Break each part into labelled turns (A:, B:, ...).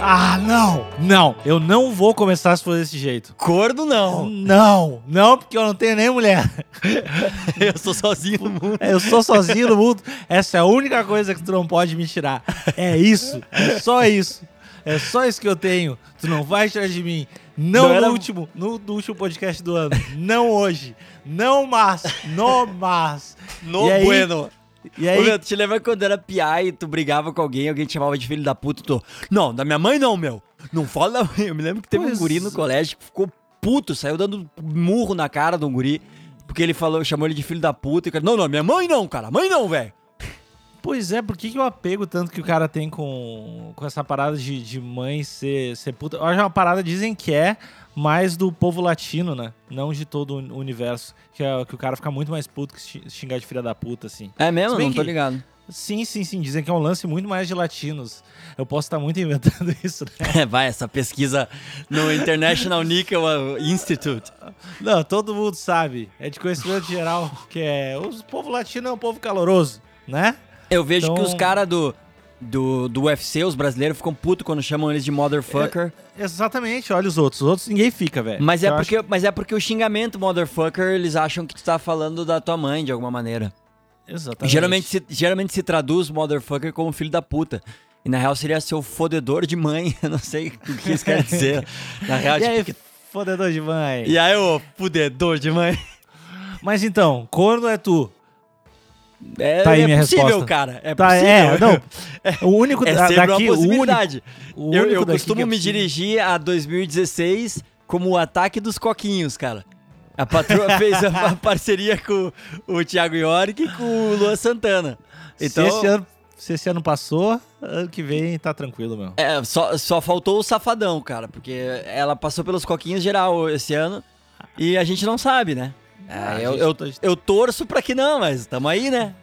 A: Ah, não! Não, eu não vou começar se for desse jeito.
B: Corno não.
A: Não, não, porque eu não tenho nem mulher.
B: Eu sou sozinho no mundo.
A: Eu sou sozinho no mundo. Essa é a única coisa que tu não pode me tirar. É isso. É só isso. É só isso que eu tenho. Tu não vai tirar de mim. Não,
B: Não era-
A: no último, no, no último podcast do ano. Não hoje. Não mas. No mas.
B: No
A: E aí-
B: bueno.
A: E
B: Ô,
A: aí,
B: meu, tu te lembra quando era piá e tu brigava com alguém, alguém te chamava de filho da puta, tu... Não, da minha mãe não, meu. Não fala da mãe. Eu me lembro que teve
A: Pois-
B: um guri no colégio que ficou puto, saiu dando murro na cara de um guri, porque ele falou, chamou ele de filho da puta. E o cara, não, não, minha mãe não, cara. Mãe não, velho.
A: pois é, por que, que eu apego tanto que o cara tem com, com essa parada de, de mãe ser, ser puta? Eu acho uma parada, dizem que é mais do povo latino, né? Não de todo o universo. Que, é- que o cara fica muito mais puto que xi- xingar de filha da puta, assim.
B: É
A: Se
B: mesmo?
A: bem
B: Não tô
A: que-
B: ligado.
A: Sim, sim, sim. Dizem que é um lance muito mais de latinos. Eu posso estar muito inventando isso, né?
B: É, vai, essa pesquisa no International Nickel uh, Institute.
A: Não, todo mundo sabe. É de conhecimento geral que é. O povo latino é um povo caloroso, né?
B: Eu vejo
A: Então-
B: que os caras do, do, do UFC, os brasileiros, ficam putos quando chamam eles de motherfucker.
A: Exatamente, olha os outros. Os outros ninguém fica, velho.
B: Mas é,
A: Eu
B: porque, mas é porque o xingamento motherfucker, eles acham que tu tá falando da tua mãe de alguma maneira.
A: acho- Exatamente.
B: Geralmente, se, geralmente se traduz motherfucker como filho da puta. E na real seria seu fodedor de mãe. Eu não sei o que isso quer dizer. Na real,
A: E
B: tipo,
A: aí,
B: que-
A: fodedor de mãe.
B: e aí, ô, fodedor de mãe.
A: Mas então, corno é tu.
B: É,
A: Tá aí
B: é
A: minha
B: possível,
A: resposta.
B: cara. É
A: Tá,
B: possível.
A: é, não. O único
B: É
A: da-
B: sempre
A: daqui,
B: uma
A: o único.
B: possibilidade.
A: o
B: eu
A: único
B: eu
A: daqui que
B: costumo
A: é
B: me
A: possível.
B: dirigir a 2016 como o ataque dos coquinhos, cara. A patroa fez a, a parceria com o Thiago York e com o Luan Santana. Então,
A: Se, esse ano, se esse ano passou, ano que vem tá tranquilo, meu.
B: é, só, só faltou o safadão, cara, porque ela passou pelos coquinhos geral esse ano e a gente não sabe, né?
A: Ah,
B: É, eu,
A: gente,
B: eu,
A: tô-
B: eu torço pra que não, mas tamo aí, né?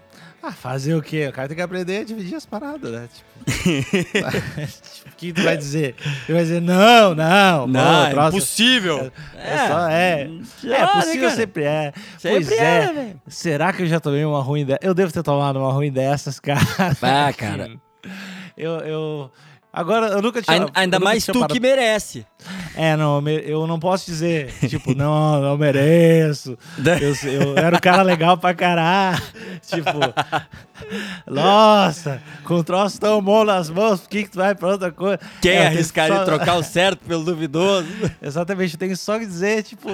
A: Ah, fazer o quê? O cara tem que aprender a dividir as paradas, né? Tipo, tipo, o que tu vai dizer? Tu vai dizer, não, não,
B: é
A: pô, troço-
B: impossível.
A: É, só- é. É,
B: Ah, né,
A: possível
B: cara?
A: sempre é.
B: Sempre
A: pois
B: é,
A: é.
B: né, velho?
A: Será que eu já tomei uma ruim dessas? Eu devo ter tomado uma ruim dessas, cara.
B: Ah, cara.
A: Eu, eu... Agora, eu nunca tinha...
B: Ainda, ainda
A: eu nunca
B: mais
A: tinha
B: tu
A: parado-
B: que merece.
A: É, não, eu me- eu não posso dizer, tipo, não, não mereço. Eu, eu era um cara legal pra caralho. Tipo, nossa, com um troço tão bom nas mãos, por que, que tu vai pra outra coisa?
B: Quem
A: É, eu tenho
B: arriscaria
A: só-
B: trocar o certo pelo duvidoso?
A: Exatamente, eu tenho só que dizer, tipo,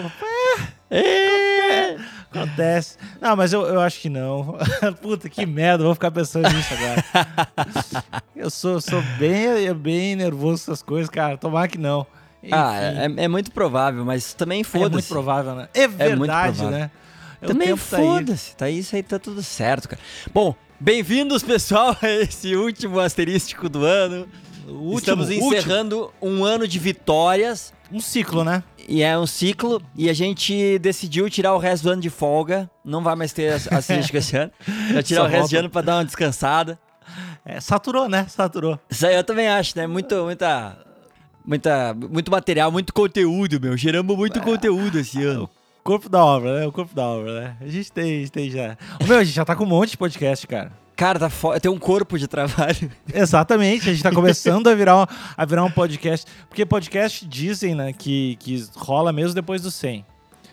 A: é, acontece. Não, mas eu, eu acho que não. Puta, que merda, eu vou ficar pensando nisso agora. Eu sou, sou bem, bem nervoso com essas coisas, cara. Tomara que não.
B: ah,
A: Enfim.
B: é, é muito provável, mas também
A: É muito
B: foda-se.
A: provável, né? É verdade,
B: provável.
A: né? É o
B: também
A: tempo tá aí.
B: foda-se. Tá isso aí, tá tudo certo, cara. Bom, bem-vindos, pessoal, a esse último asterístico do ano.
A: O último,
B: Estamos encerrando um ano de vitórias.
A: último. um ciclo, né?
B: E é um ciclo, e a gente decidiu tirar o resto do ano de folga. Não vai mais ter as- asterístico esse ano. Já tirar
A: Só
B: o resto
A: volta.
B: de ano pra dar uma descansada.
A: É, saturou, né? Saturou.
B: Isso aí eu também acho, né? Muito, muita, muita, muito material, muito conteúdo, meu. Geramos muito
A: Ah,
B: conteúdo esse ano.
A: Corpo da obra, né? O corpo da obra, né? A gente tem, a gente tem já. Ô, Meu, a gente já tá com um monte de podcast, cara.
B: Cara, tá fo... tem um corpo de trabalho.
A: Exatamente, a gente tá começando a virar um, a virar um podcast. Porque podcast dizem, né, que, que rola mesmo depois do 100.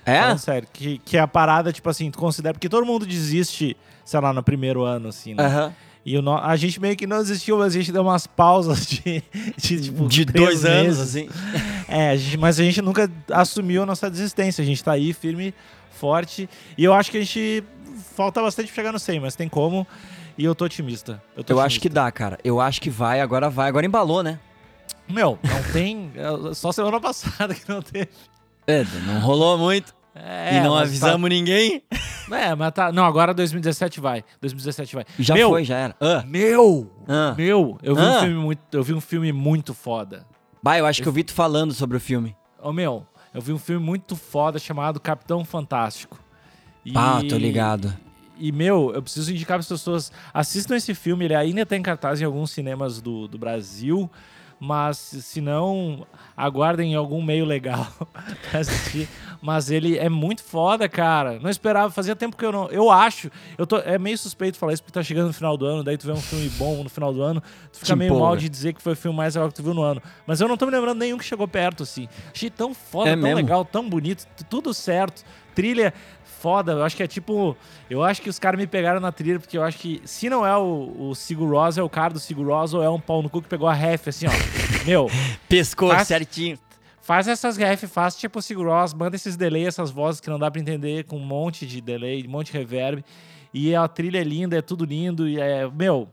B: É?
A: Falando sério, que, que a parada, tipo assim, tu considera. Porque todo mundo desiste, sei lá, no primeiro ano, assim, né?
B: Aham.
A: E o no- a gente meio que não existiu, mas a gente deu umas pausas de, de, tipo,
B: De
A: três
B: dois anos,
A: meses.
B: assim.
A: É, a gente- mas a gente nunca assumiu a nossa desistência. A gente tá aí firme, forte. E eu acho que a gente falta bastante pra chegar no 100, mas tem como. E eu tô otimista. Eu, tô
B: Eu acho que
A: otimista.
B: dá, cara. Eu acho que vai, agora vai. Agora embalou, né?
A: Meu, não tem. é, Só semana passada que não teve.
B: É, não rolou muito.
A: É,
B: e não
A: mas tá-
B: avisamos ninguém.
A: é, mas tá. Não, agora 2017 vai. 2017 vai.
B: Já
A: Meu,
B: foi, já era. Ah,
A: Meu!
B: ah.
A: Meu! Eu vi, um
B: Ah.
A: filme muito, eu vi um filme muito foda.
B: Bah, eu acho que eu vi tu falando sobre o filme.
A: Ô meu, eu vi um filme muito foda chamado Capitão Fantástico. E,
B: Ah, tô ligado.
A: E, meu, eu preciso indicar para as pessoas: assistam esse filme, ele ainda tá em cartaz em alguns cinemas do, do Brasil. Mas se não, aguardem algum meio legal pra assistir. Mas ele é muito foda, cara. Não esperava, fazia tempo que eu não. Eu acho. Eu tô, é meio suspeito falar isso porque tá chegando no final do ano, daí tu vê um filme bom no final do ano, tu fica
B: Te
A: meio mal
B: empolga.
A: de dizer que foi o filme mais legal que tu viu no ano. Mas eu não tô me lembrando nenhum que chegou perto, assim. Achei tão foda,
B: É
A: tão
B: mesmo?
A: legal, tão bonito, t- tudo certo. Trilha foda, eu acho que é tipo. Eu acho que os caras me pegaram na trilha, porque eu acho que se não é o, o Sigur Rós, é o cara do Sigur Rós, ou é um pau no cu que pegou a ref, assim, ó. Meu,
B: Pescou
A: Faz-
B: certinho.
A: Faz essas ref, faz tipo o Sigur Rós, manda esses delay, essas vozes que não dá pra entender, com um monte de delay, um monte de reverb. E a trilha é linda, é tudo lindo. E é. Meu,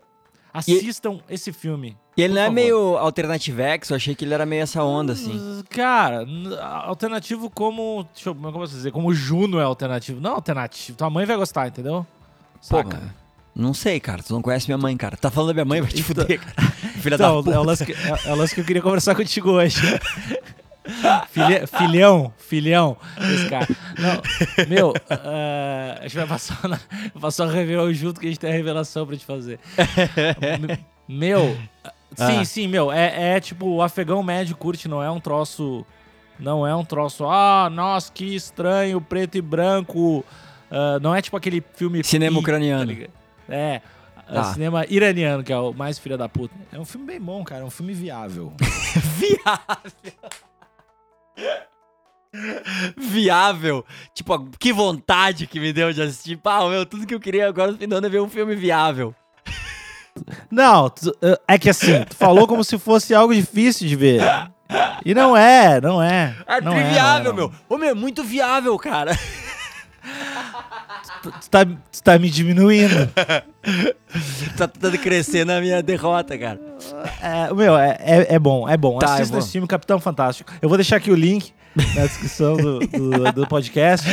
A: assistam esse filme.
B: E ele
A: Por
B: não é
A: favor.
B: meio alternativex, eu achei que ele era meio essa onda, assim.
A: Cara, n- alternativo como. Deixa eu, como eu posso dizer? Como Juno é alternativo. Não é alternativo. Tua mãe vai gostar, entendeu?
B: Pô,
A: Saca?
B: mano, não sei, cara. Tu não conhece minha mãe, cara. Tá falando da minha mãe, vai te fuder, cara. Filha da
A: Então,
B: puta.
A: é o lance que, é, é o lance que eu queria conversar contigo hoje. Filha- filhão, filhão desse cara. Não, meu, ah, a gente vai passar, na, passar a reunião junto que a gente tem a revelação pra te fazer. Meu, sim,
B: Ah.
A: sim, meu, é, é tipo, o afegão médio curte, não é um troço... Não é um troço, ah, nossa, que estranho, preto e branco. ah, não é tipo aquele filme...
B: Cinema
A: pi,
B: ucraniano.
A: tá ligado? é,
B: Tá.
A: cinema iraniano, que é o mais filha da puta. É um filme bem bom, cara, é um filme viável.
B: viável. Tipo, a- que vontade que me deu de assistir. Pá, meu, tudo que eu queria agora no fim do ano é ver um filme viável.
A: Não, tu- é que assim, tu falou como se fosse algo difícil de ver. E não é, não é.
B: É
A: não
B: triviável,
A: não é, não.
B: meu. Ô, meu, é muito viável, cara.
A: Tu tá, tu tá me diminuindo.
B: tá tentando crescer na minha derrota, cara.
A: É, meu, é, é, é bom, é bom.
B: Tá, eu
A: Assista
B: vou.
A: esse filme, Capitão Fantástico. Eu vou deixar aqui o link na descrição do, do, do podcast.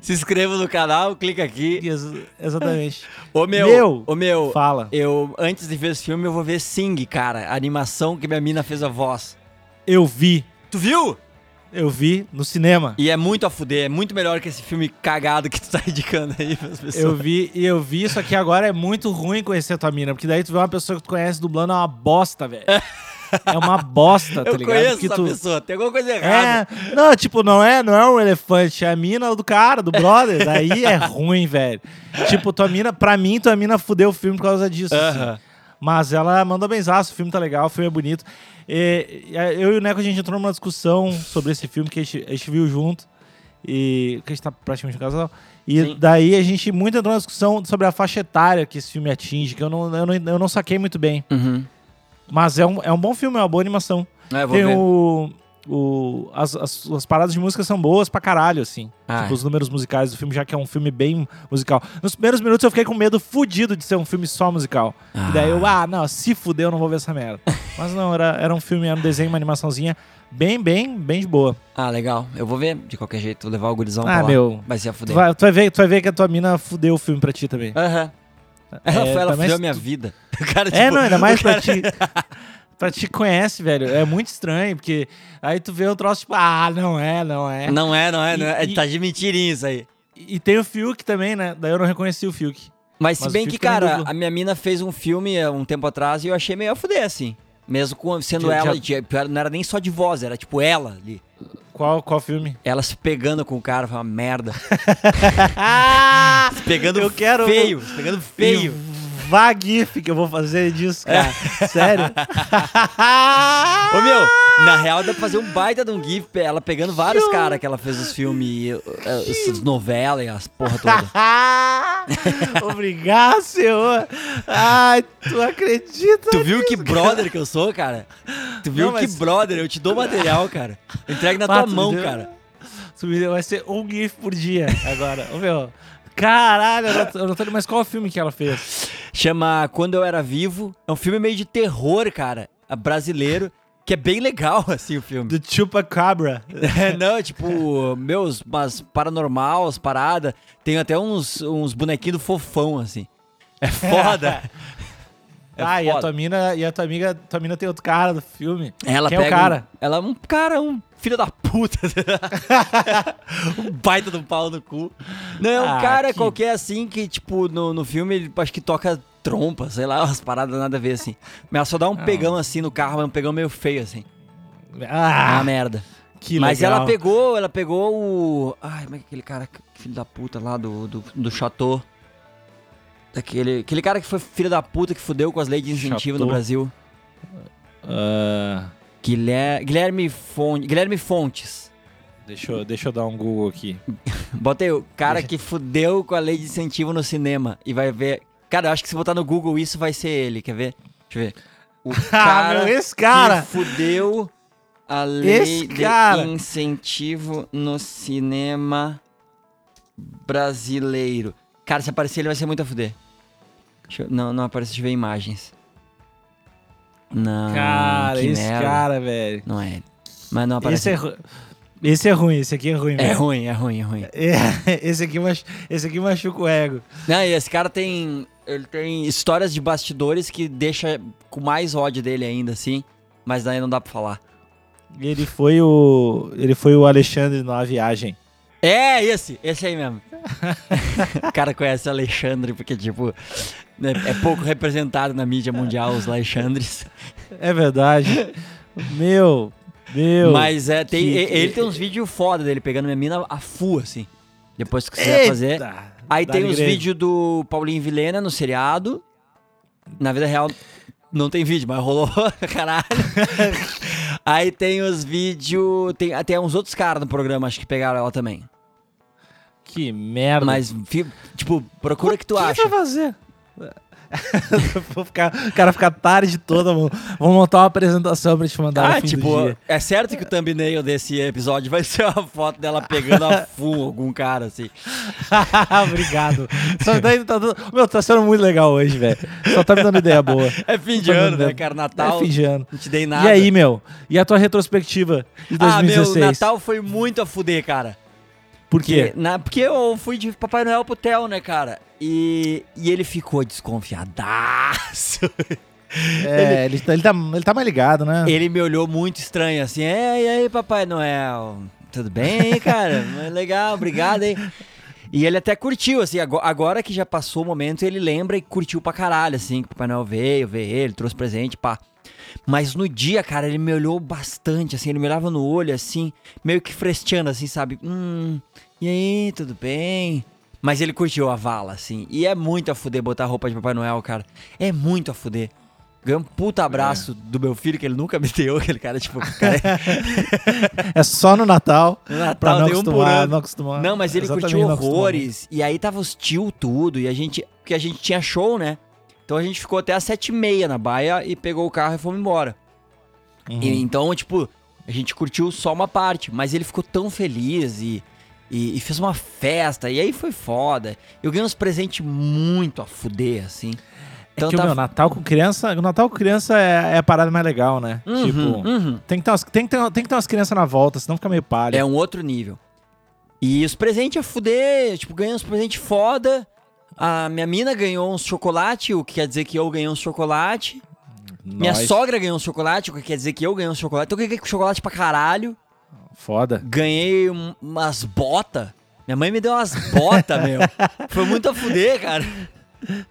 B: Se inscreva no canal, clica aqui.
A: Ex- Exatamente.
B: Ô, meu.
A: Meu,
B: Ô, meu.
A: Fala.
B: Eu, antes de ver esse filme, eu vou ver Sing, cara. A animação que minha mina fez a voz.
A: Eu vi,
B: Tu viu?
A: eu vi no cinema.
B: E é muito a fuder, é muito melhor que esse filme cagado que tu tá indicando aí pras pessoas.
A: Eu vi, e eu vi, só que agora é muito ruim conhecer a tua mina, porque daí tu vê uma pessoa que tu conhece dublando é uma bosta, velho. É uma bosta, tá
B: Eu
A: ligado?
B: conheço
A: Porque
B: essa
A: tu-
B: pessoa, tem alguma coisa errada.
A: É, não, tipo, não é, não é um elefante, é a mina do cara, do brother. Daí é ruim, velho. Tipo, tua mina, pra mim, tua mina fudeu o filme por causa disso. assim.
B: Aham.
A: Mas ela mandou benzaço, o filme tá legal, o filme é bonito. E, e, é, eu e o Neco, a gente entrou numa discussão sobre esse filme que a gente, a gente viu junto. E que a gente tá praticamente um casal. E
B: Sim.
A: daí a gente muito entrou na discussão sobre a faixa etária que esse filme atinge, que eu não, eu não, eu não saquei muito bem.
B: Uhum.
A: Mas é um, é um bom filme, é uma boa animação.
B: É, eu vou
A: Tem
B: ver.
A: o. o as, as, as paradas de música são boas pra caralho, assim.
B: Ah,
A: Tipo,
B: é.
A: os números musicais do filme, já que é um filme bem musical. Nos primeiros minutos eu fiquei com medo fudido de ser um filme só musical. E daí eu, ah, não, se fudeu, eu não vou ver essa merda. Mas não, era, era um filme, era um desenho, uma animaçãozinha bem, bem, bem de boa.
B: Ah, legal. Eu vou ver, de qualquer jeito, vou levar o gurizão
A: Ah,
B: pra lá.
A: meu.
B: Vai ser a
A: Tu
B: fuder.
A: vai, tu, vai ver, tu vai ver que a tua mina fudeu o filme pra ti também.
B: Aham. Ela,
A: É,
B: foi, ela
A: também
B: fudeu a
A: se
B: minha
A: tu-
B: vida. O cara,
A: É,
B: tipo,
A: não, ainda mais
B: o cara-
A: pra ti. Pra ti que conhece, velho. É muito estranho, porque aí tu vê um troço tipo, ah, não é, não é.
B: Não é, não é, não é.
A: E- e-
B: Tá de mentirinha isso aí.
A: E tem o Fiuk também, né? Daí eu não reconheci o Fiuk.
B: Mas,
A: Mas
B: se
A: o
B: bem
A: filme
B: que,
A: também
B: cara,
A: dublou.
B: a minha mina fez um filme há um tempo atrás e eu achei meio a fuder, assim. Mesmo com, sendo
A: Já-
B: ela, de- pior, não era nem só de voz, era tipo ela ali.
A: Qual, qual filme?
B: Ela se pegando com o cara, foi uma merda.
A: Ah!
B: Se pegando
A: Eu quero-
B: feio, se pegando
A: Feio.
B: feio. É.
A: Vagif que eu vou fazer disso, cara. Sério?
B: Ô meu,
A: Ah!
B: na real dá pra fazer um baita de um GIF, ela pegando vários caras que ela fez os filmes, uh, essas novelas e as porra toda.
A: Obrigado, senhor. Ai, tu acredita?
B: Tu viu que brother que eu sou, cara? Tu viu
A: Não,
B: que
A: mas-
B: brother? Eu te dou material, cara. Entregue na tua
A: Mas tu
B: mão,
A: deu-
B: cara.
A: Tu me deu- Vai ser um GIF por dia agora. Ô, meu. Caralho, eu não tô- eu não tô- mas qual filme que ela fez?
B: Chama Quando Eu Era Vivo. É um filme meio de terror, cara. a- Brasileiro. Que é bem legal, assim, o filme.
A: Do Chupacabra.
B: É, não, é tipo, meus, mas paranormal, as paradas. Tem até uns, uns bonequinhos do fofão, assim. É foda. É
A: ah, e a
B: foda.
A: tua mina, e a tua amiga, tua mina tem outro cara do filme.
B: Ela
A: Quem
B: pega.
A: é o cara?
B: Um, ela é um cara, um filho da puta. um baita do pau no cu. Não, é um
A: Ah,
B: cara
A: que-
B: qualquer assim que, tipo, no, no filme, ele acho que toca trompa, sei lá, umas paradas nada a ver assim. Mas ela só dá um pegão assim no carro, mas um pegão meio feio assim. Ah,
A: Ah,
B: merda.
A: Que
B: Mas
A: legal.
B: ela pegou, ela pegou o. Ai, como é que aquele cara, que- filho da puta lá do, do, do Chateau. Daquele, aquele cara que foi filho da puta que fudeu com as leis de incentivo no
A: Chateau.
B: Brasil.
A: Ah,
B: Guilher- Guilherme, Fon- Guilherme Fontes.
A: deixa, eu, deixa eu dar um Google aqui.
B: Botei o cara que fudeu com a lei de incentivo no cinema e vai ver. Cara, eu acho que se botar no Google isso vai ser ele, quer ver? Deixa eu ver. O
A: ah, meu, esse cara!
B: que fudeu a lei
A: Esse cara.
B: de incentivo no cinema brasileiro. Cara, se aparecer ele vai ser muito a fuder. Deixa eu- Não, não aparece, deixa eu ver imagens. Não,
A: Cara,
B: Ah, que
A: esse
B: merda.
A: cara, velho.
B: Não é ele. Mas não aparece.
A: Esse é, ru- esse é ruim, esse aqui é ruim,
B: é
A: velho.
B: ruim, é ruim, é ruim.
A: É, Esse aqui, machu... esse aqui machuca o ego.
B: Não, e esse cara tem. Ele tem histórias de bastidores que deixa com mais ódio dele ainda, assim. Mas daí não dá pra falar.
A: Ele foi o. Ele foi o Alexandre na viagem.
B: É, esse, esse aí mesmo. o cara conhece o Alexandre, porque, tipo, né, é pouco representado na mídia mundial os Alexandres.
A: É verdade. meu, meu.
B: mas é, tem,
A: que-
B: e-
A: que-
B: ele tem uns vídeos foda dele pegando minha mina a full, assim. Depois que você vai fazer.
A: Eita,
B: Aí
A: dá
B: tem os
A: alegria.
B: vídeos do Paulinho Vilena no seriado. Na vida real, não tem vídeo, mas rolou, caralho. Aí tem os vídeos. Tem até uns outros caras no programa, acho que pegaram ela também.
A: Que merda.
B: Mas, fi- tipo, procura o que tu
A: O
B: acha.
A: vai fazer? Vou ficar, o cara fica tarde toda, mano. Vou montar uma apresentação pra te mandar
B: Ah,
A: no fim
B: tipo,
A: do dia.
B: é certo que o thumbnail desse episódio vai ser uma foto dela pegando a full algum cara, assim.
A: Obrigado. Só tá, tá, dando- meu, tá sendo muito legal hoje, velho. Só tá me dando ideia boa.
B: É fim de
A: Tá
B: ano,
A: dando-
B: né, cara? Natal.
A: É fim de ano.
B: Não te dei nada.
A: E aí, meu? E a tua retrospectiva de
B: Ah, meu,
A: 2016?
B: Natal foi muito a fuder, cara.
A: Por quê?
B: Que- na- porque eu fui de Papai Noel pro Theo, né, cara? E, e ele ficou desconfiadaço.
A: É, ele, tá- ele tá, ele tá mais ligado, né?
B: Ele me olhou muito estranho, assim, é, e aí, Papai Noel? Tudo bem, cara? Mas Legal, obrigado, hein? E ele até curtiu, assim, ago- agora que já passou o momento, ele lembra e curtiu pra caralho, assim, que o Papai Noel veio, veio ele, trouxe presente, pá. Mas no dia, cara, ele me olhou bastante, assim, ele me olhava no olho, assim, meio que fresteando, assim, sabe? Hum, e aí, tudo bem? Mas ele curtiu a vala, assim, e é muito a fuder botar roupa de Papai Noel, cara. É muito a fuder. Ganhei um puta abraço do meu filho, que ele nunca me deu, aquele cara, tipo, cara,
A: É só no Natal.
B: no Natal
A: Pra não
B: dei um por
A: acostumar,
B: ano.
A: não acostumar.
B: Não, mas ele
A: Exatamente,
B: curtiu
A: não acostumar.
B: horrores. E aí tava os tio tudo. E a gente. Porque a gente tinha show, né? Então a gente ficou até às sete e meia na baia e pegou o carro e fomos embora.
A: Uhum.
B: E então, tipo, a gente curtiu só uma parte, mas ele ficou tão feliz e, e, e fez uma festa, e aí foi foda. Eu ganhei uns presentes muito a fuder, assim.
A: É que o meu Natal com criança, o Natal com criança é, é a parada mais legal, né?
B: Uhum,
A: tipo,
B: uhum.
A: tem que ter umas, tem que ter, tem que ter umas crianças na volta, senão fica meio palha.
B: É um outro nível. E os presentes a fuder, tipo, ganhei uns presentes foda. A minha mina ganhou uns chocolate, o que quer dizer que eu ganhei uns chocolate. Minha
A: Nós-
B: sogra ganhou uns chocolate, o que quer dizer que eu ganhei uns chocolate. Então eu ganhei chocolate pra caralho.
A: Foda.
B: Ganhei um- umas botas. Minha mãe me deu umas botas, meu. Foi muito a fuder, cara.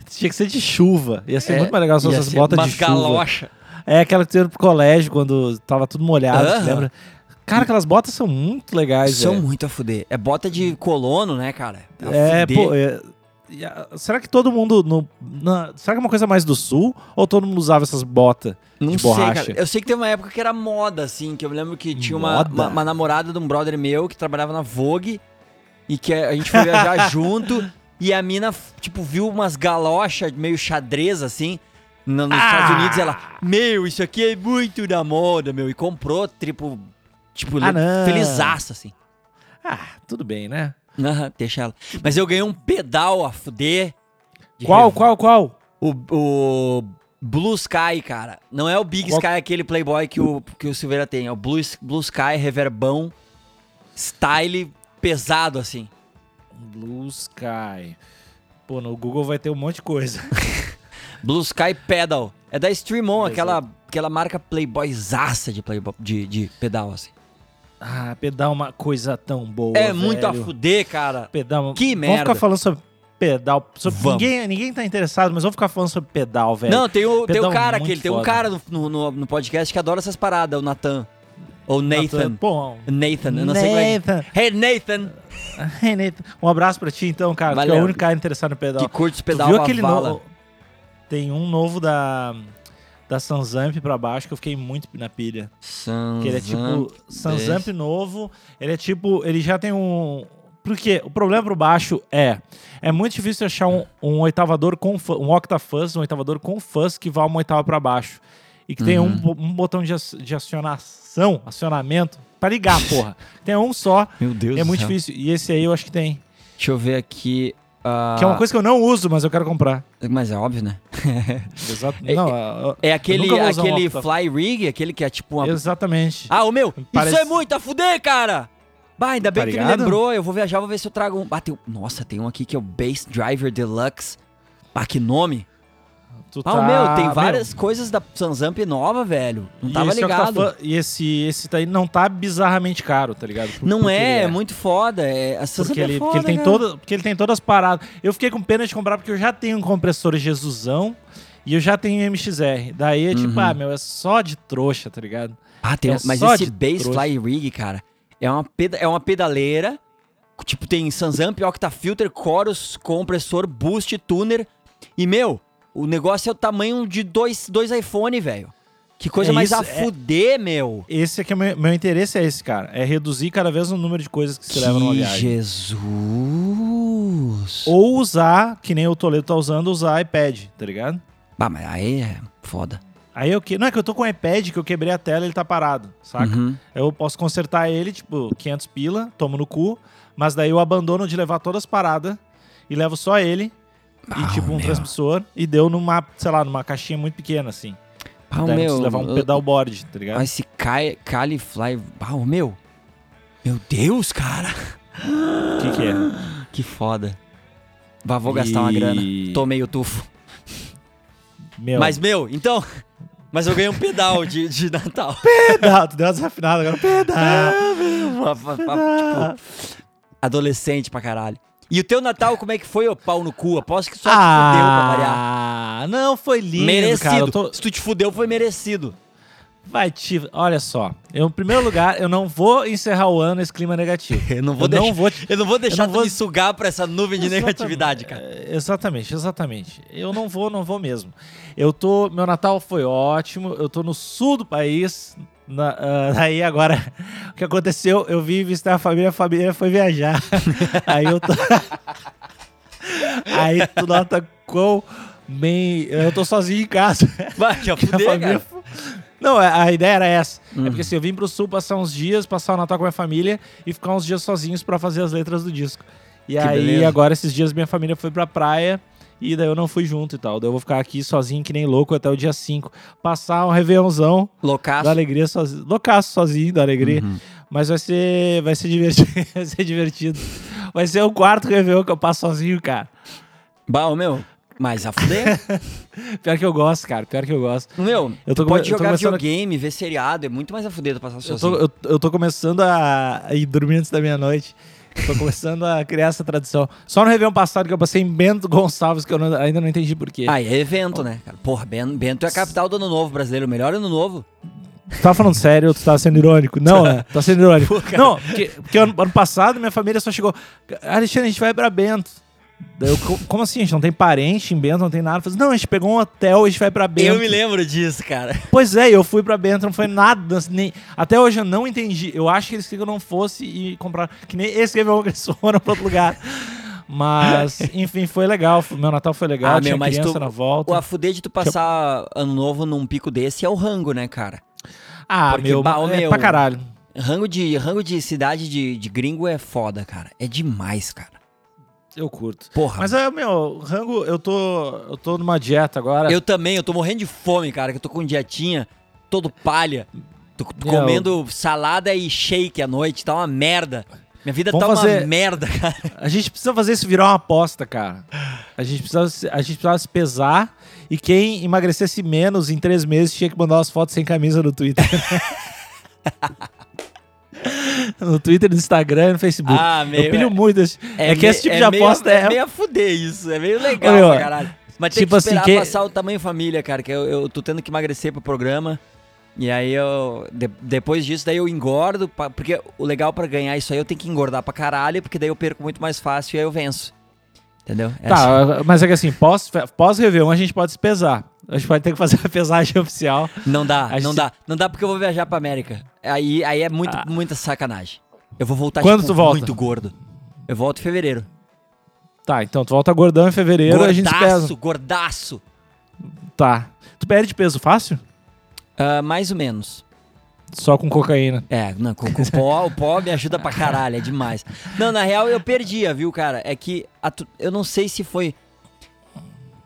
A: Tinha que ser de chuva. Ia ser é muito mais legal se
B: É, Ia
A: fosse essas
B: ser
A: botas
B: assim, umas
A: de chuva.
B: galocha.
A: É aquela que tu ia pro colégio quando tava tudo molhado,
B: Aham.
A: te lembra? Cara, aquelas botas são muito legais,
B: São
A: velho.
B: muito a fuder. É bota de colono, né, cara? a
A: É,
B: fuder.
A: pô, é- e a- será que todo mundo. No, na- será que é uma coisa mais do sul? Ou todo mundo usava essas botas
B: Não
A: de
B: sei,
A: borracha?
B: cara. Eu sei que teve uma época que era moda, assim, que eu me lembro que tinha uma,
A: Moda?
B: uma, uma namorada de um brother meu que trabalhava na Vogue e que a gente foi viajar junto e a mina, f- tipo, viu umas galochas meio xadrez, assim, no- nos
A: Ah!
B: Estados Unidos e ela, meu, isso aqui é muito da moda, meu, e comprou, tipo, tipo,
A: Ah, não.
B: felizaça, assim.
A: Ah, tudo bem, né?
B: Aham, deixa ela. Mas eu ganhei um pedal a fuder. de
A: Qual,
B: rev-
A: qual, qual?
B: o, o Blue Sky, cara. Não é o Big
A: Qual-
B: Sky, aquele playboy que o, que o Silveira tem. É o Blue, Blue Sky, reverbão, style pesado, assim.
A: Blue Sky. Pô, no Google vai ter um monte de coisa.
B: Blue Sky Pedal. É da Stream On,
A: Exato.
B: aquela, aquela marca playboyzaça de, playboy, de, de pedal, assim.
A: Ah, pedal é uma coisa tão boa.
B: é muito a
A: velho.
B: fuder, cara.
A: Pedal.
B: Que
A: vamos
B: merda.
A: ficar falando sobre pedal. sobre-
B: Vamos.
A: Ninguém, ninguém tá interessado, mas vamos ficar falando sobre pedal, velho.
B: Não, tem o, tem o
A: pedal
B: cara
A: muito
B: aquele, tem um
A: foda.
B: cara no, no, no- no podcast que adora essas paradas, o Natan. Ou Nathan.
A: Pô,
B: Nathan, eu não sei como é. que-
A: Nathan.
B: Hey, Nathan!
A: Hey, Nathan. Um abraço pra ti, então, cara. Tu é
B: Valeu.
A: o único cara interessado no pedal.
B: Que curte os
A: Tu
B: pedal
A: viu
B: uma
A: aquele
B: vala.
A: novo? Tem um novo da da Sanzamp pra baixo que eu fiquei muito na pilha.
B: Sanzan.
A: Que ele é
B: Uhum,
A: tipo Sanzamp novo. Ele é tipo, ele já tem um porque o problema pro baixo é é muito difícil achar um, um oitavador com fu- um octafuzz, um oitavador com fuzz que vá uma oitava pra baixo e que tenha
B: Uhum.
A: um, bo- um botão de, ac- de acionação, acionamento pra ligar, porra. Tem um só,
B: Meu Deus
A: é
B: do
A: muito
B: céu.
A: difícil. E esse aí eu acho que tem.
B: Deixa eu ver aqui. ah,
A: Que é uma coisa que eu não uso, mas eu quero comprar.
B: Mas é óbvio, né?
A: Exato.
B: É-
A: Não, a- a-
B: É aquele,
A: nunca vou usar um
B: aquele
A: octa-
B: fly rig, aquele que é tipo uma.
A: Exatamente.
B: Ah, o meu!
A: Parece-
B: Isso é muito a fuder, cara! Bah, ainda bem
A: Tá
B: que
A: ligado?
B: me lembrou. Eu vou viajar, vou ver se eu trago um. Ah, tem... um- Nossa, tem um aqui que é o Bass Driver Deluxe. Ah, que nome!
A: Tu
B: Ah,
A: tá-
B: o meu, tem
A: meu, é
B: várias coisas da Sanzamp nova, velho. Não
A: e
B: tava
A: esse
B: ligado.
A: Octafan- tá e esse, esse daí não tá bizarramente caro, tá ligado? Por-
B: Não
A: porque
B: é,
A: ele
B: é muito foda. É... A Sanzamp
A: Porque
B: é
A: ele,
B: foda,
A: porque, ele tem
B: cara.
A: toda, porque ele tem todas as paradas. Eu fiquei com pena de comprar porque eu já tenho um compressor Jesusão e eu já tenho um MXR. Daí é
B: Uhum.
A: tipo, ah, meu, é só de trouxa, tá ligado?
B: Ah, tem,
A: É
B: mas
A: só
B: esse
A: de
B: Bass
A: trouxa.
B: Fly Rig, cara, é uma, peda- é uma pedaleira. Tipo, tem Sansamp, Octafilter, Chorus, compressor, boost, tuner. E, meu, o negócio é o tamanho de dois, dois iPhone, velho. Que coisa
A: É
B: mais
A: isso,
B: a
A: é-
B: fuder, meu.
A: Esse aqui é meu, meu interesse, é esse, cara. É reduzir cada vez o número de coisas que se leva numa
B: que
A: viagem.
B: Jesus.
A: Ou usar, que nem o Toledo tá usando, usar iPad, tá ligado?
B: Ah, mas aí é foda.
A: Aí eu que... Não, é que eu tô com o iPad que eu quebrei a tela ele tá parado, saca?
B: Uhum.
A: Eu posso consertar ele, tipo, 500 pila, tomo no cu, mas daí eu abandono de levar todas as paradas e levo só ele
B: Ah,
A: e, tipo, um
B: meu.
A: transmissor e deu numa, sei lá, numa caixinha muito pequena, assim.
B: Ah,
A: daí eu não preciso
B: meu.
A: levar um pedalboard, tá ligado?
B: Ah, esse Kai- Cali Fly... Ah, o meu. Meu Deus, cara.
A: O que que é?
B: Que foda. Bah, vou gastar uma grana.
A: E-
B: Tomei o tufo.
A: Meu,
B: Mas, meu, então. Mas eu ganhei um pedal de, de Natal.
A: pedal, tu deu uma desafinada agora, pedal.
B: Uma- uma- uma- tipo, adolescente pra caralho. E o teu Natal, como é que foi, ô pau no cu? Aposto que só te fudeu pra variar.
A: ah, não, foi lindo,
B: merecido.
A: Ah, cara. Eu tô-
B: Se tu te fudeu, foi merecido.
A: Vai te... Olha só, eu, em primeiro lugar, eu não vou encerrar o ano nesse clima negativo.
B: Eu não vou
A: eu
B: deixar,
A: não vou te
B: eu não vou deixar
A: não
B: tu
A: vou-
B: me sugar pra essa nuvem de
A: Exatamente.
B: negatividade, cara.
A: É, Exatamente, exatamente. Eu não vou, não vou mesmo. Eu tô. Meu Natal foi ótimo, eu tô no sul do país. Na, ah, daí agora, o que aconteceu? Eu vim visitar a família, a família foi viajar. Aí eu tô. Aí tu nota quão bem. Eu tô sozinho em casa.
B: Vai, já
A: A
B: fudeu,
A: família-
B: cara.
A: Não, a a ideia era essa. É porque assim, eu vim pro sul passar uns dias, passar o Natal com a minha família e ficar uns dias sozinhos pra fazer as letras do disco. E aí,
B: beleza.
A: agora esses dias minha família foi pra praia e daí eu não fui junto e tal. Daí eu vou ficar aqui sozinho que nem louco até o dia 5. Passar um Réveillonzão da
B: Loucaço.
A: alegria sozinho. Loucaço sozinho, da alegria. Mas vai ser, vai ser divertido. vai ser divertido. Vai ser o quarto Réveillon que eu passo sozinho, cara.
B: Bah, ô, meu. Mas a fuder.
A: Pior que eu gosto, cara. Pior que eu gosto.
B: meu,
A: Eu tô
B: tu
A: come-
B: pode
A: eu tô
B: jogar
A: começando a-
B: videogame, ver seriado. É muito mais a fuder do passar
A: Eu
B: sozinho.
A: tô, eu, eu tô começando a, a ir dormir antes da meia-noite. Tô começando a criar essa tradição. Só no Réveillon passado que eu passei em Bento Gonçalves, que eu não- ainda não entendi porquê.
B: Ah, e é evento, né? cara? Porra, Ben- Bento é a capital do Ano Novo brasileiro, o melhor Ano Novo.
A: Tu tava falando sério ou tu tava sendo irônico? Não, né? Tá sendo irônico. não, porque, porque ano, ano passado minha família só chegou. Alexandre, a gente vai pra Bento. Daí eu, "Co- como assim? A gente não tem parente em Bento, não tem nada. Eu falei, não, a gente pegou um hotel e a gente vai pra Bento.
B: Eu me lembro disso, cara.
A: Pois é, eu fui pra Bento, não foi nada. Nem, até hoje eu não entendi. Eu acho que eles queriam que eu não fosse e comprar. Que nem esse Réveillon que eles foram pra outro lugar. Mas, enfim, foi legal. Meu Natal foi legal. tinha criança na volta.
B: O afuder de tu passar Ano Novo num pico desse é o rango, né, cara?
A: ah,
B: porque,
A: meu,
B: bah, ô,
A: é
B: meu,
A: pra caralho.
B: Rango de, rango de cidade de, de gringo é foda, cara. É demais, cara.
A: Eu curto.
B: Porra.
A: Mas, é, meu, rango, eu tô, eu tô numa dieta agora.
B: Eu também, eu tô morrendo de fome, cara, que eu tô com dietinha, todo palha. Tô c-
A: Meu.
B: comendo salada e shake à noite, tá uma merda. Minha vida
A: Vamos
B: tá
A: fazer-
B: uma merda, cara.
A: A gente precisa fazer isso virar uma aposta, cara. A gente precisava, se- a gente precisava se pesar e quem emagrecesse menos em três meses tinha que mandar umas fotos sem camisa no Twitter. no Twitter, no Instagram, no Facebook.
B: Ah, meu,
A: Eu pilho
B: é-
A: muito. esse- É, que
B: meio-
A: esse tipo de
B: meio-
A: aposta é.
B: É meio a fuder isso, é meio legal
A: Olha,
B: pra caralho. Mas tem
A: tipo
B: que
A: assim,
B: esperar
A: que-
B: passar o tamanho família, cara, que eu, eu tô tendo que emagrecer pro programa. E aí eu. de- depois disso, daí eu engordo, pa- porque o legal pra ganhar isso aí eu tenho que engordar pra caralho, porque daí eu perco muito mais fácil e aí eu venço. Entendeu? É assim.
A: Tá, mas é que assim, pós, pós Réveillon a gente pode se pesar. A gente pode ter que fazer a pesagem oficial.
B: Não dá,
A: A
B: não
A: gente-
B: dá. Não dá porque eu vou viajar pra América. Aí, aí é muito,
A: Ah.
B: muita sacanagem. Eu vou voltar tipo,
A: Quando tu volta?
B: muito gordo. Eu volto em fevereiro.
A: Tá, então tu volta gordão em fevereiro a gente se pesa.
B: gordaço, gordaço.
A: Tá. Tu perde peso fácil?
B: Ah, mais ou menos.
A: Só com cocaína.
B: É, não, com, com o pó, o pó me ajuda pra caralho, é demais. Não, na real eu perdia, viu, cara? É que a tu- eu não sei se foi.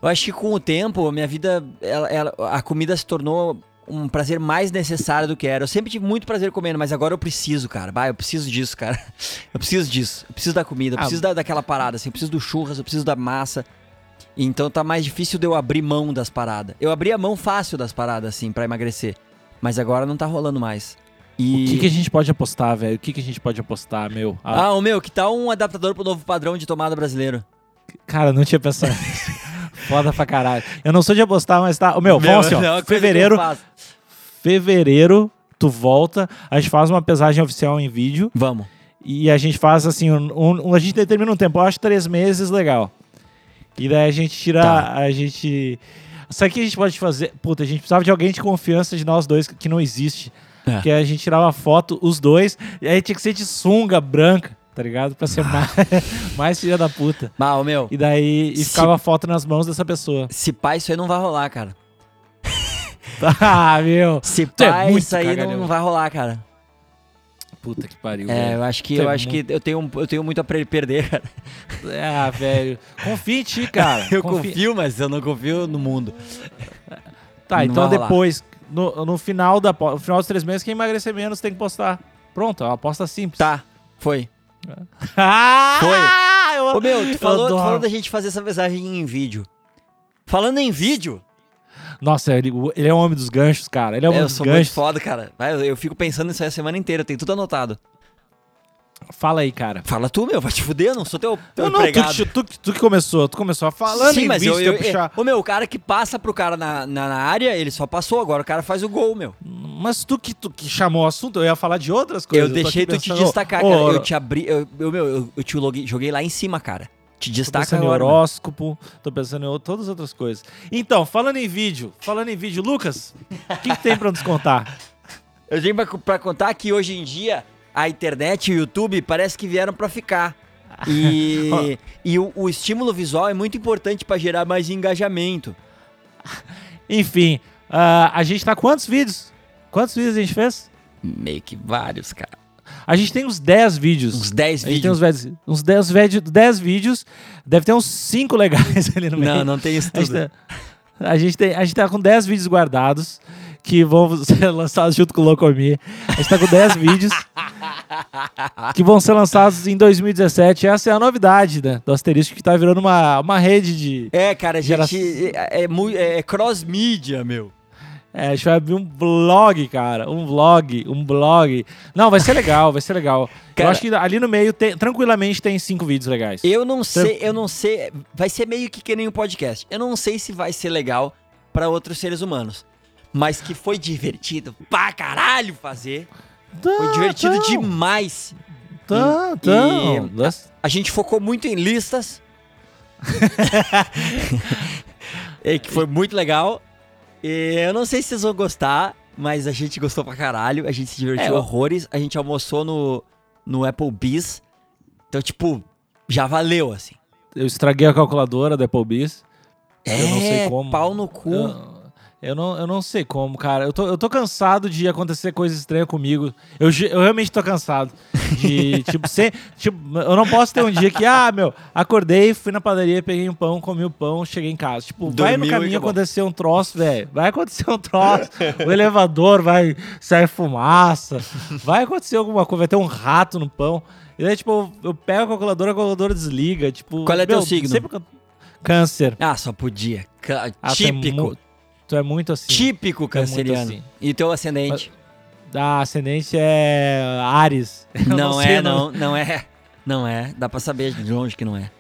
B: Eu acho que com o tempo, a minha vida, ela- ela- a comida se tornou um prazer mais necessário do que era. Eu sempre tive muito prazer comendo, mas agora eu preciso, cara. Bah, eu preciso disso, cara. Eu preciso disso. Eu preciso da comida, eu
A: Ah.
B: preciso da- daquela parada, assim. Eu preciso do churras, eu preciso da massa. Então tá mais difícil de eu abrir mão das paradas. Eu abri a mão fácil das paradas, assim, pra emagrecer. Mas agora não tá rolando mais. E...
A: O que, que a gente pode apostar, velho? O que, que a gente pode apostar, meu? Ah,
B: Ah, ô meu, que tal um adaptador pro novo padrão de tomada brasileiro? Ah.
A: Cara, não tinha pensado nisso. Foda pra caralho. Eu não sou de apostar, mas tá. Ô, meu, vamos assim,
B: é uma
A: ó.
B: coisa que eu
A: Fevereiro,
B: faço.
A: fevereiro, tu volta, a gente faz uma pesagem oficial em vídeo
B: Vamos.
A: e a gente faz assim, um, um- a gente determina um tempo, eu acho três meses, legal. E daí a gente tira,
B: Tá.
A: a gente... Sabe o que a gente pode fazer? Puta, a gente precisava de alguém de confiança de nós dois, que não existe.
B: É.
A: Que a gente tirava foto, os dois, e aí tinha que ser de sunga branca, tá ligado? Pra ser mais, mais filha da puta.
B: Ah, ô meu,
A: E daí e
B: Se-
A: ficava a foto nas mãos dessa pessoa.
B: se pá, isso aí não vai rolar, cara.
A: Ah, meu.
B: Se
A: Tu é
B: pá,
A: muito
B: isso aí não,
A: cagalhão.
B: não vai rolar, cara.
A: Puta que pariu.
B: É,
A: velho.
B: eu acho que
A: Tu é
B: eu acho que eu tenho, um, eu tenho muito a pre- perder, cara.
A: Ah, velho. Confia em ti, cara.
B: Eu
A: Confia-
B: confio, mas eu não confio no mundo.
A: Tá,
B: Não
A: então
B: vai rolar.
A: depois, no, no final da po- no final dos três meses, quem emagrecer menos tem que postar. Pronto, é uma aposta simples.
B: Tá, foi.
A: Ah, Eu,
B: Ô meu,
A: eu
B: tu falou, tu
A: adoro.
B: falou da gente fazer essa mensagem em vídeo. Falando em vídeo,
A: Nossa, ele, ele é o homem dos ganchos, cara. Ele é o homem
B: eu
A: dos
B: sou
A: ganchos.
B: muito foda, cara. Vai, Eu eu fico pensando nisso aí a semana inteira, eu tenho tudo anotado.
A: Fala aí, cara.
B: Fala tu, meu, vai te fuder, eu não sou teu, teu
A: Não, não, tu,
B: empregado.
A: que- tu, que- tu que começou, tu começou falando
B: Sim,
A: em
B: mas
A: vídeo,
B: eu, eu,
A: eu puxar.
B: Ô, meu, o cara que passa pro cara na, na, na área, ele só passou, agora o cara faz o gol, meu.
A: Mas tu que, tu que chamou o assunto, eu ia falar de outras coisas.
B: eu
A: tô
B: deixei
A: aqui
B: tu te
A: pensando,
B: destacar,
A: ô,
B: cara.
A: ô,
B: Eu te abri. Eu, eu, meu, eu, eu te loguei- joguei lá em cima, cara. Te
A: Tô
B: destaca
A: pensando em
B: agora. meu.
A: horóscopo, tô pensando em ou- todas as outras coisas. Então, falando em vídeo, falando em vídeo, Lucas, o que, que tem pra nos contar?
B: Eu vim pra, pra contar que hoje em dia a internet e o YouTube parece que vieram pra ficar. E, e o, o estímulo visual é muito importante pra gerar mais engajamento.
A: Enfim, ah, a gente tá quantos vídeos? Quantos vídeos a gente fez?
B: Meio que vários, cara.
A: A gente tem uns 10 vídeos.
B: Uns 10
A: a gente tem
B: vídeos.
A: uns, ve- uns 10, ve- 10 vídeos, deve ter uns 5 legais ali no meio.
B: Não, não tem isso
A: A gente,
B: tudo.
A: tá, a, gente tem, a gente tá com 10 vídeos guardados que vão ser lançados junto com o Locomi. A gente tá com 10 vídeos que vão ser lançados em 2017. Essa é a novidade, né? Do Asterisco que tá virando uma, uma rede de.
B: É, cara, a gente
A: Gera-
B: é, é, mui- é cross-mídia, meu.
A: É, a gente vai abrir um blog, cara. Um blog, um blog. Não, vai ser legal, vai ser legal. Eu
B: Cara-
A: acho que ali no meio, tem- tranquilamente, tem cinco vídeos legais.
B: Eu não sei, eu não sei. Vai ser meio que que nem um podcast. Eu não sei se vai ser legal pra outros seres humanos. Mas que foi divertido pra caralho fazer. Foi divertido demais.
A: Tá,
B: E-
A: tá.
B: e- A gente focou muito em listas. e É que foi muito legal. E eu não sei se vocês vão gostar, mas a gente gostou pra caralho. A gente se divertiu
A: É, eu-
B: horrores. A gente almoçou no, no Applebee's. Então, tipo, já valeu, assim.
A: Eu estraguei a calculadora da Applebee's. Eu não sei
B: É,
A: como. Ah.
B: Pau no cu.
A: Eu, eu não, eu não sei como, cara. Eu tô, eu tô cansado de acontecer coisa estranha comigo. Eu, ge- eu realmente tô cansado. De, tipo, ser, tipo, eu não posso ter um dia que, ah, meu, acordei, fui na padaria, peguei um pão, comi o pão, cheguei em casa. Tipo, vai
B: Dormiu
A: no
B: e
A: caminho
B: acabou.
A: acontecer um troço, velho. Vai acontecer um troço. o elevador vai sair fumaça. Vai acontecer alguma coisa, vai ter um rato no pão. E daí, tipo, eu pego a calculadora, a calculadora desliga. Tipo,
B: Qual é
A: meu,
B: teu signo?
A: Sempre que eu- Câncer.
B: Ah, só podia. Ca-
A: Ah, tu é
B: típico.
A: mu- Tu é muito assim.
B: típico canceriano.
A: assim.
B: E teu ascendente?
A: Da Ah, ascendente é Ares. Eu
B: não
A: sei
B: é,
A: o nome.
B: não, não é. Não é. Dá pra saber de longe que não é.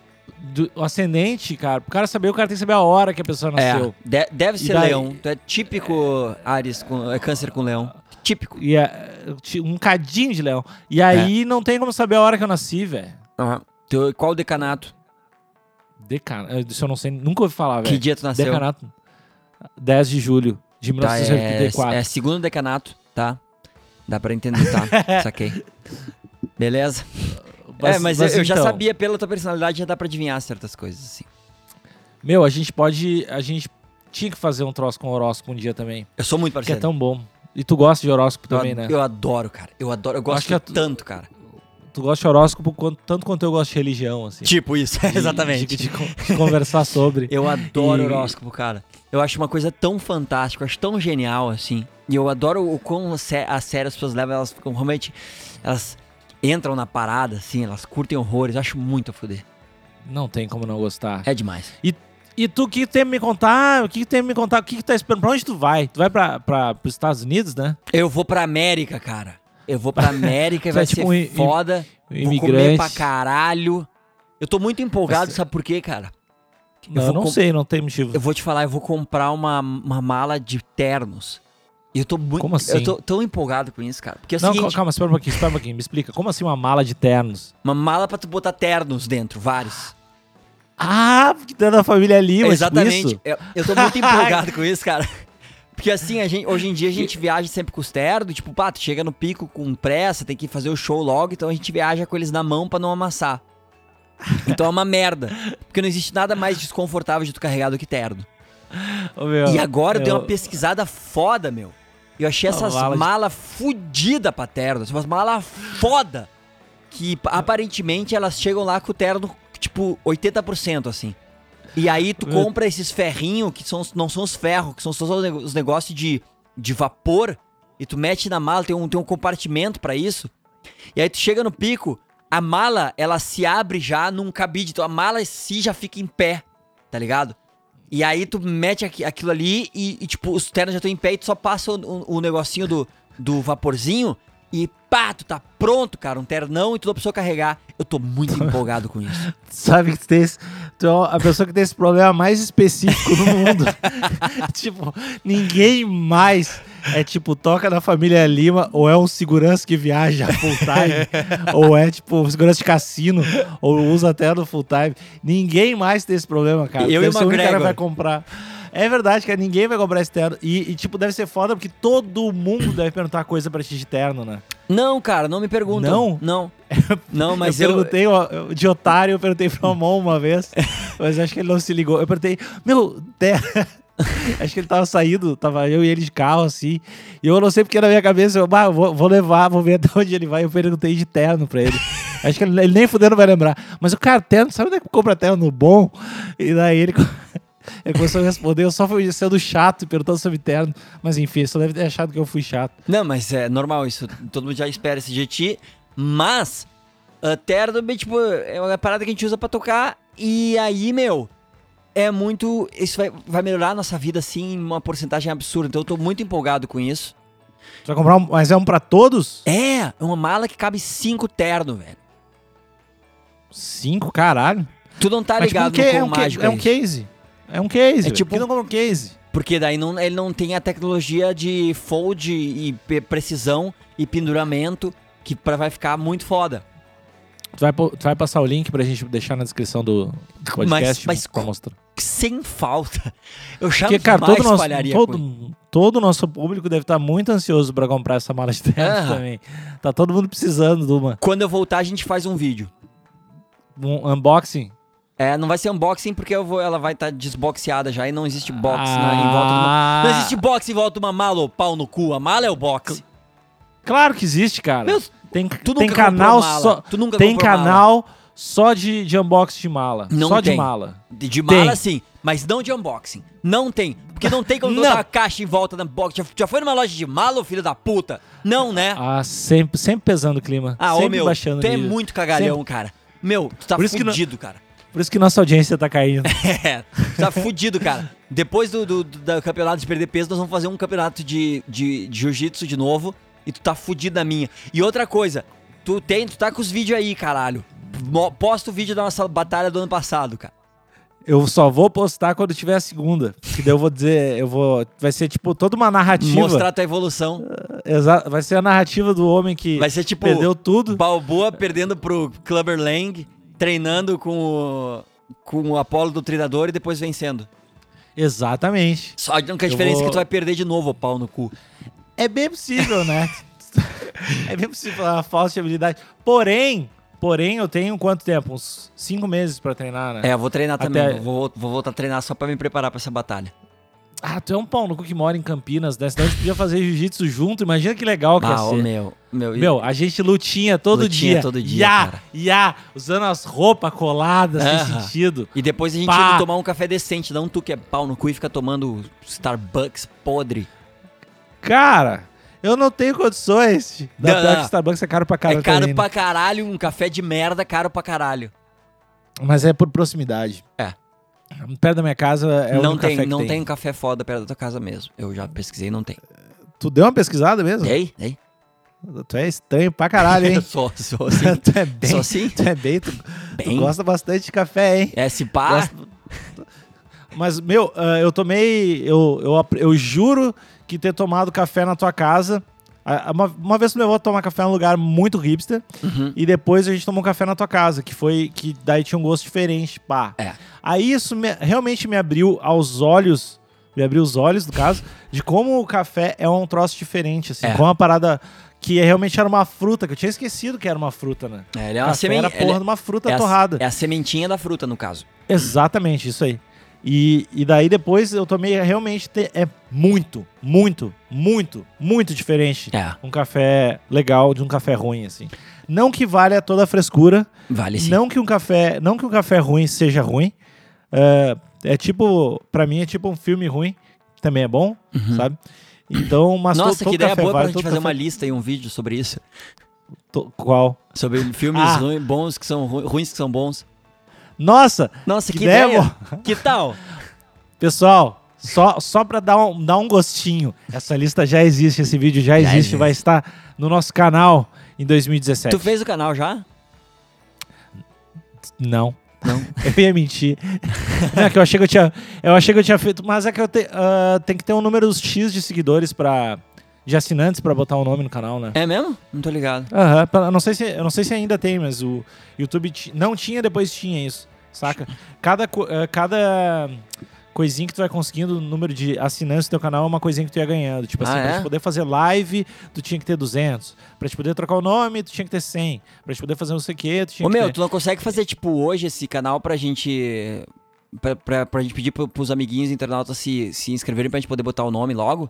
A: do o ascendente, cara, pro cara saber, o cara tem que saber a hora que a pessoa
B: É,
A: nasceu.
B: de- deve ser
A: daí-
B: leão. Tu é típico Ares, com, é câncer com leão. Típico.
A: E é, ti- um cadinho de leão.
B: É.
A: E aí não tem como saber a hora que eu nasci, velho.
B: Teu- qual o decanato?
A: Decanato. eh, Isso eu não sei, nunca ouvi falar,
B: Que
A: velho.
B: dia tu nasceu?
A: Decanato. 10 de julho de
B: Tá, é,
A: 1984.
B: é segundo decanato, tá? Dá pra entender, tá? Saquei. Beleza? é, mas, eu, eu já
A: então,
B: sabia pela tua personalidade, já dá pra adivinhar certas coisas, assim.
A: Meu, a gente pode. A gente tinha que fazer um troço com horóscopo um dia também.
B: Eu sou muito
A: Porque é
B: parceiro.
A: tão bom. E tu gosta de horóscopo
B: eu,
A: também,
B: ad-
A: né?
B: eu adoro, cara. Eu adoro, eu
A: Acho
B: gosto
A: que é tu-
B: tanto, cara.
A: Tu gosta de horóscopo quanto- tanto quanto eu gosto de religião, assim.
B: Tipo isso,
A: De-
B: exatamente.
A: De, de con- de conversar sobre.
B: Eu adoro
A: E-
B: horóscopo, cara. Eu acho uma coisa tão fantástica, eu acho tão genial, assim. E eu adoro o quão sé- a sério as pessoas levam, elas ficam realmente. Elas entram na parada, assim, elas curtem horrores. Eu acho muito a fuder.
A: Não tem como não gostar.
B: É demais.
A: E tu que tem pra me contar? O que, que tem pra me contar? O que, que tá esperando? Pra onde tu vai? Tu vai pra, pra, pros Estados Unidos, né?
B: Eu vou pra América, cara. Eu vou pra América e
A: Tu
B: vai
A: é tipo
B: ser
A: um i-
B: foda. Vou comer
A: Imigrante.
B: pra caralho. Eu tô muito empolgado, sabe por quê, cara?
A: Não, eu,
B: vou
A: não
B: com-
A: sei, não tem motivo.
B: Eu vou te falar, eu vou comprar uma, uma mala de ternos. E eu tô muito.
A: Como assim?
B: Eu tô tão empolgado com isso, cara. Porque é o
A: não,
B: seguinte.
A: calma, espera um pouquinho, espera um pouquinho. Me explica, como assim uma mala de ternos?
B: Uma mala pra tu botar ternos dentro, vários.
A: Ah, porque tu é da família Lima,
B: Exatamente.
A: Tipo isso?
B: Eu, eu tô muito empolgado com isso, cara. Porque assim, a gente, hoje em dia a gente viaja sempre com os ternos, tipo, pá, tu chega no pico com pressa, tem que fazer o show logo, então a gente viaja com eles na mão pra não amassar. Então é uma merda. Porque não existe nada mais desconfortável de tu carregar do que terno.
A: Ô, meu,
B: E agora eu dei uma
A: eu-
B: pesquisada foda, meu. Eu achei
A: Uma
B: essas
A: mala de-
B: malas fodidas pra terno. Essas malas foda. Que p- aparentemente elas chegam lá com o terno, tipo, 80% assim. E aí tu
A: Meu-
B: compra esses ferrinhos, que são, os- não são os ferros, que são só os, nego- os negócios de, de vapor. E tu mete na mala, tem um, tem um compartimento pra isso. E aí tu chega no pico, a mala, ela se abre já num cabide. Então a mala em si já fica em pé, tá ligado? E aí tu mete aqui- aquilo ali e, e, tipo, os ternos já estão em pé e tu só passa o, o- o negocinho do, do vaporzinho e pá, tu tá pronto, cara. Um ternão e tu não precisou carregar. Eu tô muito empolgado com isso.
A: Sabe que tu tem esse... Tu é a pessoa que tem esse problema mais específico no mundo. tipo, ninguém mais é tipo, toca na família Lima, ou é um segurança que viaja full time, ou é tipo, segurança de cassino, ou usa até no full time. Ninguém mais tem esse problema, cara.
B: Eu e
A: Deve ser o único cara que
B: McGregor.
A: vai comprar. É verdade, cara, ninguém vai comprar esse terno. E, e, tipo, deve ser foda, porque todo mundo deve perguntar coisa pra ti de terno, né?
B: Não, cara, não me perguntam.
A: Não?
B: Não? Não, mas
A: eu
B: eu...
A: perguntei ó, eu- de otário, eu perguntei pro Amon uma vez, mas acho que ele não se ligou. Eu perguntei, meu, te- acho que ele tava saído, tava eu e ele de carro assim, e eu não sei porque na minha cabeça eu, "Bah, eu vou, vou levar, vou ver até onde ele vai. Eu perguntei de terno pra ele. Acho que ele, ele nem fudendo vai lembrar. Mas o cara, terno, sabe onde é que compra terno bom? E daí ele. co- Ele começou a responder, eu só fui sendo chato e perguntando sobre terno. Mas enfim, só deve ter achado que eu fui chato.
B: Não, mas é normal isso. Todo mundo já espera esse GT. Mas, a terno, bem, tipo, é uma parada que a gente usa pra tocar. E aí, meu, é muito. Isso vai, vai melhorar a nossa vida, assim, em uma porcentagem absurda. Então eu tô muito empolgado com isso.
A: Tu vai comprar um, mas é um pra todos?
B: É, é uma mala que cabe cinco terno, velho.
A: Cinco, caralho.
B: Tu não tá
A: Mas, tipo,
B: ligado
A: um
B: no
A: ca- é
B: quão
A: um, ca-
B: mágico
A: é
B: é
A: um
B: isso.
A: case. É um case.
B: É
A: velho.
B: tipo-
A: Por que não compra um case?
B: Porque daí não, ele não tem a tecnologia de fold e pe- precisão e penduramento que pra, vai ficar muito foda.
A: Tu vai, po- tu vai passar o link pra gente deixar na descrição do do podcast
B: mas
A: pra
B: co-
A: mostrar.
B: Sem falta. Eu já
A: Porque, cara,
B: mais
A: todo nosso,
B: falharia com isso.
A: todo, todo o nosso público deve estar muito ansioso pra comprar essa mala de terra
B: Ah.
A: também. Tá todo mundo precisando de uma.
B: Quando eu voltar, a gente faz um vídeo.
A: Um unboxing.
B: É, não vai ser unboxing porque eu vou, ela vai estar desboxeada já e não existe box na- em volta de uma...
A: Ah.
B: Não existe box em volta de uma mala, ô pau no cu. A mala é o box.
A: Claro que existe, cara.
B: Meu,
A: tem
B: Tu nunca
A: tem
B: comprou
A: canal
B: mala.
A: só.
B: Tu nunca
A: Tem
B: comprou mala.
A: canal só de, de unboxing de mala.
B: Não
A: só de
B: tem.
A: mala.
B: De, de mala,
A: Tem.
B: sim, mas não de unboxing. Não tem. Porque não tem como
A: Não.
B: botar uma caixa em volta da box. Já, já foi numa loja de mala, ô filho da puta? Não, né?
A: Ah, sempre, sempre pesando o clima.
B: Ah,
A: sempre
B: ô meu,
A: baixando
B: tu é
A: o nível.
B: muito cagalhão, cara. Meu, tu tá
A: Por isso que não-
B: fudido, cara.
A: Por isso que nossa audiência tá caindo.
B: É, tu tá fudido, cara. Depois do, do, do- do campeonato de perder peso, nós vamos fazer um campeonato de, de, de jiu-jitsu de novo. E tu tá fudido na minha. E outra coisa, tu, tem, tu tá com os vídeos aí, caralho. mo- posta o vídeo da nossa batalha do ano passado, cara.
A: Eu só vou postar quando tiver a segunda. Que daí eu vou dizer, eu vou. Vai ser tipo toda uma narrativa.
B: Mostrar tua evolução.
A: Exa- Vai ser a narrativa do homem que
B: Vai ser tipo
A: perdeu tudo.
B: Balboa perdendo pro Clubber Lang, treinando com o, com o Apolo do treinador e depois vencendo.
A: Exatamente.
B: Só a única
A: Eu
B: diferença é
A: vou-
B: que tu vai perder de novo o pau no cu.
A: É bem possível, né? é bem possível uma falsa de habilidade. Porém, porém, eu tenho quanto tempo? Uns cinco meses pra treinar, né?
B: É, eu vou treinar
A: Até-
B: também. Vou, vou voltar a treinar só pra me preparar pra essa batalha.
A: Ah, tu é um pau no cu que mora em Campinas, né? Senão a gente podia fazer jiu-jitsu junto. Imagina que legal que ia
B: ah, ô,
A: ser.
B: meu. Meu, e-
A: Meu, a gente lutinha todo
B: Lutinha
A: dia.
B: todo dia,
A: Iá,
B: cara.
A: iá, usando as roupas coladas, sem
B: Aham.
A: sentido.
B: E depois a gente
A: Pá.
B: indo tomar um café decente, não tu que é pau no cu e fica tomando Starbucks podre.
A: Cara, eu não tenho condições. Da
B: Não,
A: pior
B: não.
A: que Starbucks é caro pra caralho.
B: é caro
A: também, né?
B: pra caralho, um café de merda caro pra caralho.
A: Mas é por proximidade.
B: É.
A: Perto da minha casa é o
B: não
A: único
B: tem,
A: café que
B: não
A: tem.
B: tem. um café foda perto da tua casa mesmo. Eu já pesquisei, não tem.
A: Tu deu uma pesquisada mesmo?
B: Tem, tem.
A: Tu é estranho pra caralho, hein?
B: Só, só assim.
A: tu é bem...
B: Só assim?
A: Tu é bem... Tu, tu
B: Bem.
A: gosta bastante de café, hein?
B: É, se pá.
A: Gosta- Mas, meu, ah, eu tomei... Eu, eu, ap- eu juro que ter tomado café na tua casa... ah, Uma, uma vez tu me levou a tomar café num lugar muito hipster.
B: Uhum.
A: E depois a gente tomou um café na tua casa, que foi... Que daí tinha um gosto diferente, pá.
B: É.
A: Aí isso me- realmente me abriu aos olhos, me abriu os olhos, no caso, de como o café é um troço diferente, assim,
B: É.
A: como uma parada que é- realmente era uma fruta, que eu tinha esquecido que era uma fruta, né?
B: É, ele é uma
A: café era
B: semente.
A: a porra de uma fruta torrada.
B: É a sementinha da fruta, no caso.
A: Exatamente, isso aí. E, e daí depois eu tomei realmente te- é muito, muito, muito, muito diferente
B: É.
A: um café legal de um café ruim, assim. Não que valha toda a frescura,
B: Vale sim.
A: não que um café, não que um café ruim seja ruim. É, é tipo, pra mim é tipo um filme ruim, também é bom, sabe? Então, mas to-
B: Uhum. Nossa,
A: todo
B: que ideia
A: café
B: boa pra
A: vale,
B: gente
A: todo
B: fazer
A: café-
B: uma lista e um vídeo sobre isso.
A: to- qual?
B: Sobre filmes
A: Ah.
B: ruins, bons que são ru- ruins que são bons.
A: Nossa,
B: Nossa,
A: Que
B: que,
A: ideia,
B: ideia! Que tal?
A: pessoal, só só para dar um, dar um gostinho. Essa lista já existe, esse vídeo já existe,
B: existe.
A: vai estar no nosso canal em 2017.
B: Tu fez o canal já?
A: Não.
B: Não.
A: Eu ia mentir. Não, é que eu achei que eu tinha. Eu achei que eu tinha feito. Mas é que eu te, ah, tem que ter um número X de seguidores pra. De assinantes pra botar o nome no canal, né?
B: É mesmo? Não tô ligado.
A: Aham, pela- eu não sei se eu não sei se ainda tem, mas o YouTube ti- não tinha, depois tinha isso, saca? Cada co- eh, cada coisinha que tu vai conseguindo, o número de assinantes do teu canal é uma coisinha que tu ia ganhando, tipo assim,
B: Ah,
A: pra
B: é?
A: te poder fazer live, tu tinha que ter 200, pra te poder trocar o nome, tu tinha que ter 100, pra te poder fazer não sei o quê, tu tinha
B: Ô
A: que
B: meu,
A: ter...
B: tu não consegue fazer, tipo, hoje esse canal pra gente. Pra, pra, pra gente pedir pro, pros amiguinhos internautas se, se inscreverem pra gente poder botar o nome logo?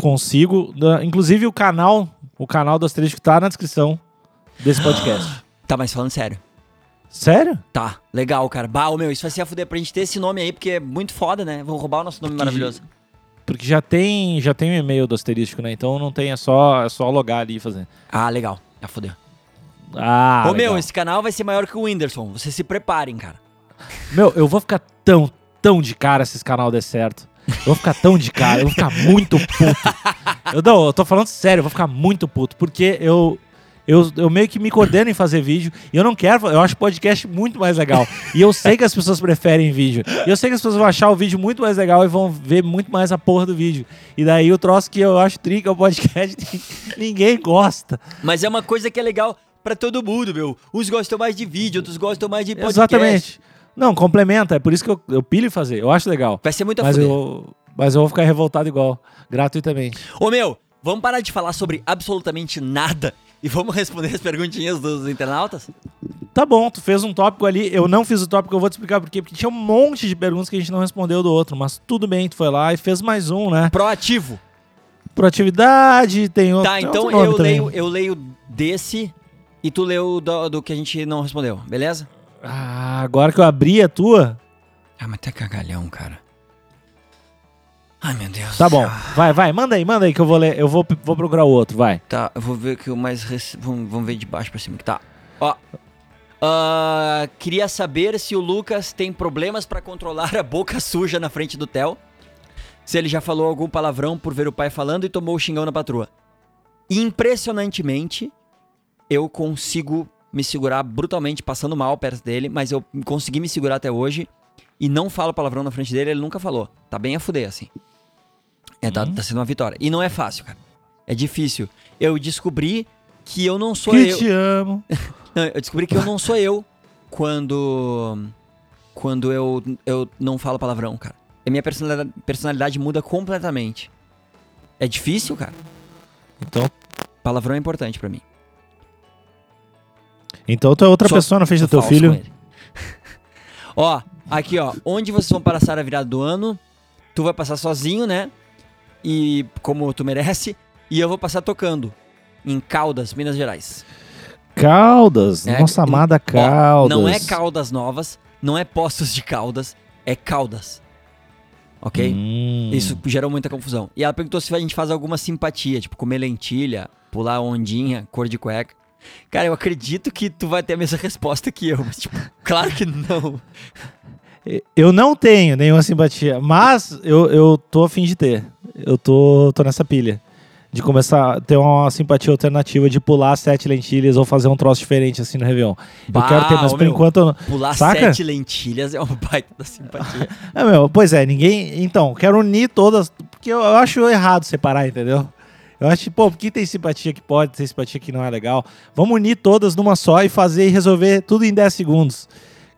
A: consigo, da- inclusive o canal, o canal do Asterisco tá na descrição desse podcast.
B: Tá, mas falando sério.
A: Sério?
B: Tá, legal, cara. Bah, ô meu, isso vai ser a fuder pra gente ter esse nome aí, porque é muito foda, né? Vão roubar o nosso nome maravilhoso.
A: Porque já tem, já tem o e-mail do Asterístico, né? Então não tem, é só, é só logar ali e fazer.
B: Ah, legal. Já fudeu.
A: Ah,
B: Ô meu,
A: legal.
B: esse canal vai ser maior que o Whindersson. Vocês se preparem, cara.
A: Meu, eu vou ficar tão, tão de cara se esse canal der certo. Eu vou ficar tão de cara, eu vou ficar muito puto. Eu, não, eu tô falando sério, eu vou ficar muito puto, porque eu, eu, eu meio que me coordeno em fazer vídeo e eu não quero, eu acho podcast muito mais legal. E eu sei que as pessoas preferem vídeo. E eu sei que as pessoas vão achar o vídeo muito mais legal e vão ver muito mais a porra do vídeo. E daí o troço que eu acho tri, que é o podcast, ninguém gosta.
B: Mas é uma coisa que é legal pra todo mundo, meu. Uns gostam mais de vídeo, outros gostam mais de podcast.
A: Exatamente. Não, complementa, é por isso que eu, eu pilho em fazer, eu acho legal.
B: Vai ser muito a
A: Mas
B: fuder.
A: eu, mas eu vou ficar revoltado igual, gratuitamente.
B: Ô meu, vamos parar de falar sobre absolutamente nada e vamos responder as perguntinhas dos internautas?
A: Tá bom, tu fez um tópico ali, eu não fiz o tópico, eu vou te explicar por quê, porque tinha um monte de perguntas que a gente não respondeu do outro, mas tudo bem, tu foi lá e fez mais um, né?
B: Proativo.
A: Proatividade, tem outro.
B: Tá,
A: tem
B: então
A: outro nome
B: eu
A: também.
B: leio, eu leio desse e tu leu do, do que a gente não respondeu, beleza?
A: Ah, agora que eu abri a tua.
B: Ah, mas tá cagalhão, cara. Ai, meu Deus.
A: Tá bom, vai, vai, manda aí, manda aí que eu vou ler, eu vou, vou procurar o outro, vai.
B: Tá, eu vou ver que o mais. rec- Vamos, vamos ver de baixo pra cima que tá. Ó. Ah, queria saber se o Lucas tem problemas pra controlar a boca suja na frente do Theo. Se ele já falou algum palavrão por ver o pai falando e tomou o xingão na patroa. Impressionantemente, eu consigo me segurar brutalmente, passando mal perto dele, mas eu consegui me segurar até hoje e não falo palavrão na frente dele, ele nunca falou. Tá bem a fuder, assim. É, tá,
A: Hum.
B: tá sendo uma vitória. E não é fácil, cara. É difícil. Eu descobri que eu não sou
A: Que
B: eu.
A: te amo.
B: Não, eu descobri que eu não sou eu quando. Quando eu, eu não falo palavrão, cara. A minha personalidade, personalidade muda completamente. É difícil, cara.
A: Então,
B: Palavrão é importante pra mim.
A: então tu é outra
B: Sou-
A: pessoa na frente do
B: Sou
A: teu
B: falso com
A: filho.
B: ele. ó, aqui, ó. Onde vocês vão passar a virada do ano? Tu vai passar sozinho, né? E como tu merece. E eu vou passar tocando. Em Caldas, Minas Gerais.
A: Caldas,
B: É,
A: nossa
B: é-
A: amada
B: Ó,
A: Caldas.
B: Não é Caldas Novas, não é Postos de Caldas, é Caldas. Ok?
A: Hum.
B: Isso gerou muita confusão. E ela perguntou se a gente faz alguma simpatia, tipo comer lentilha, pular ondinha, cor de cueca. Cara, eu acredito que tu vai ter a mesma resposta que eu, mas, tipo, claro que não.
A: Eu não tenho nenhuma simpatia, mas eu, eu tô a fim de ter. Eu tô, tô nessa pilha. De começar a ter uma simpatia alternativa de pular sete lentilhas ou fazer um troço diferente assim no Réveillon.
B: Bah,
A: eu quero ter, mas
B: ô,
A: por
B: meu.
A: enquanto eu não.
B: Pular
A: Saca?
B: sete lentilhas é uma baita da simpatia.
A: É, meu, pois é, ninguém. Então, quero unir todas. Porque eu, eu acho errado separar, entendeu? Eu acho, pô, porque tem simpatia que pode, tem simpatia que não é legal. Vamos unir todas numa só e fazer e resolver tudo em 10 segundos.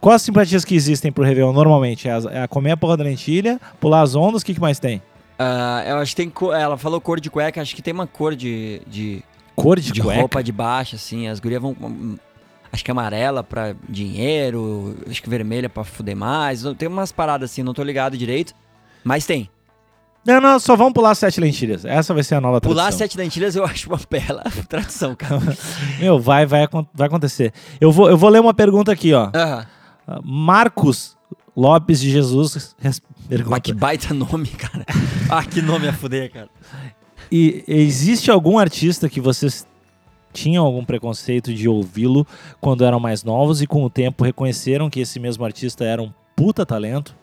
A: Quais as simpatias que existem pro Réveillon normalmente? É, as- é a comer a porra da lentilha, pular as ondas, o que, que mais tem?
B: Ah, eu acho que tem. co- Ela falou cor de cueca, acho que tem uma cor de- de
A: Cor de,
B: de
A: cueca?
B: roupa de baixo, assim. As gurias vão. hum, Acho que amarela pra dinheiro, acho que vermelha pra fuder mais. Tem umas paradas assim, não tô ligado direito. Mas tem.
A: Não, não, só vamos pular sete lentilhas. Essa vai ser a nova
B: Pular
A: tradição.
B: sete lentilhas eu acho uma bela tradição, cara.
A: Meu, vai, vai, acon- vai acontecer. Eu vou, eu vou ler uma pergunta aqui, ó.
B: Aham.
A: Marcos Lopes de Jesus
B: Mas
A: res-
B: que
A: pergunta.
B: baita nome, cara. Ah, que nome a fuder, cara.
A: E existe algum artista que vocês tinham algum preconceito de ouvi-lo quando eram mais novos e com o tempo reconheceram que esse mesmo artista era um puta talento?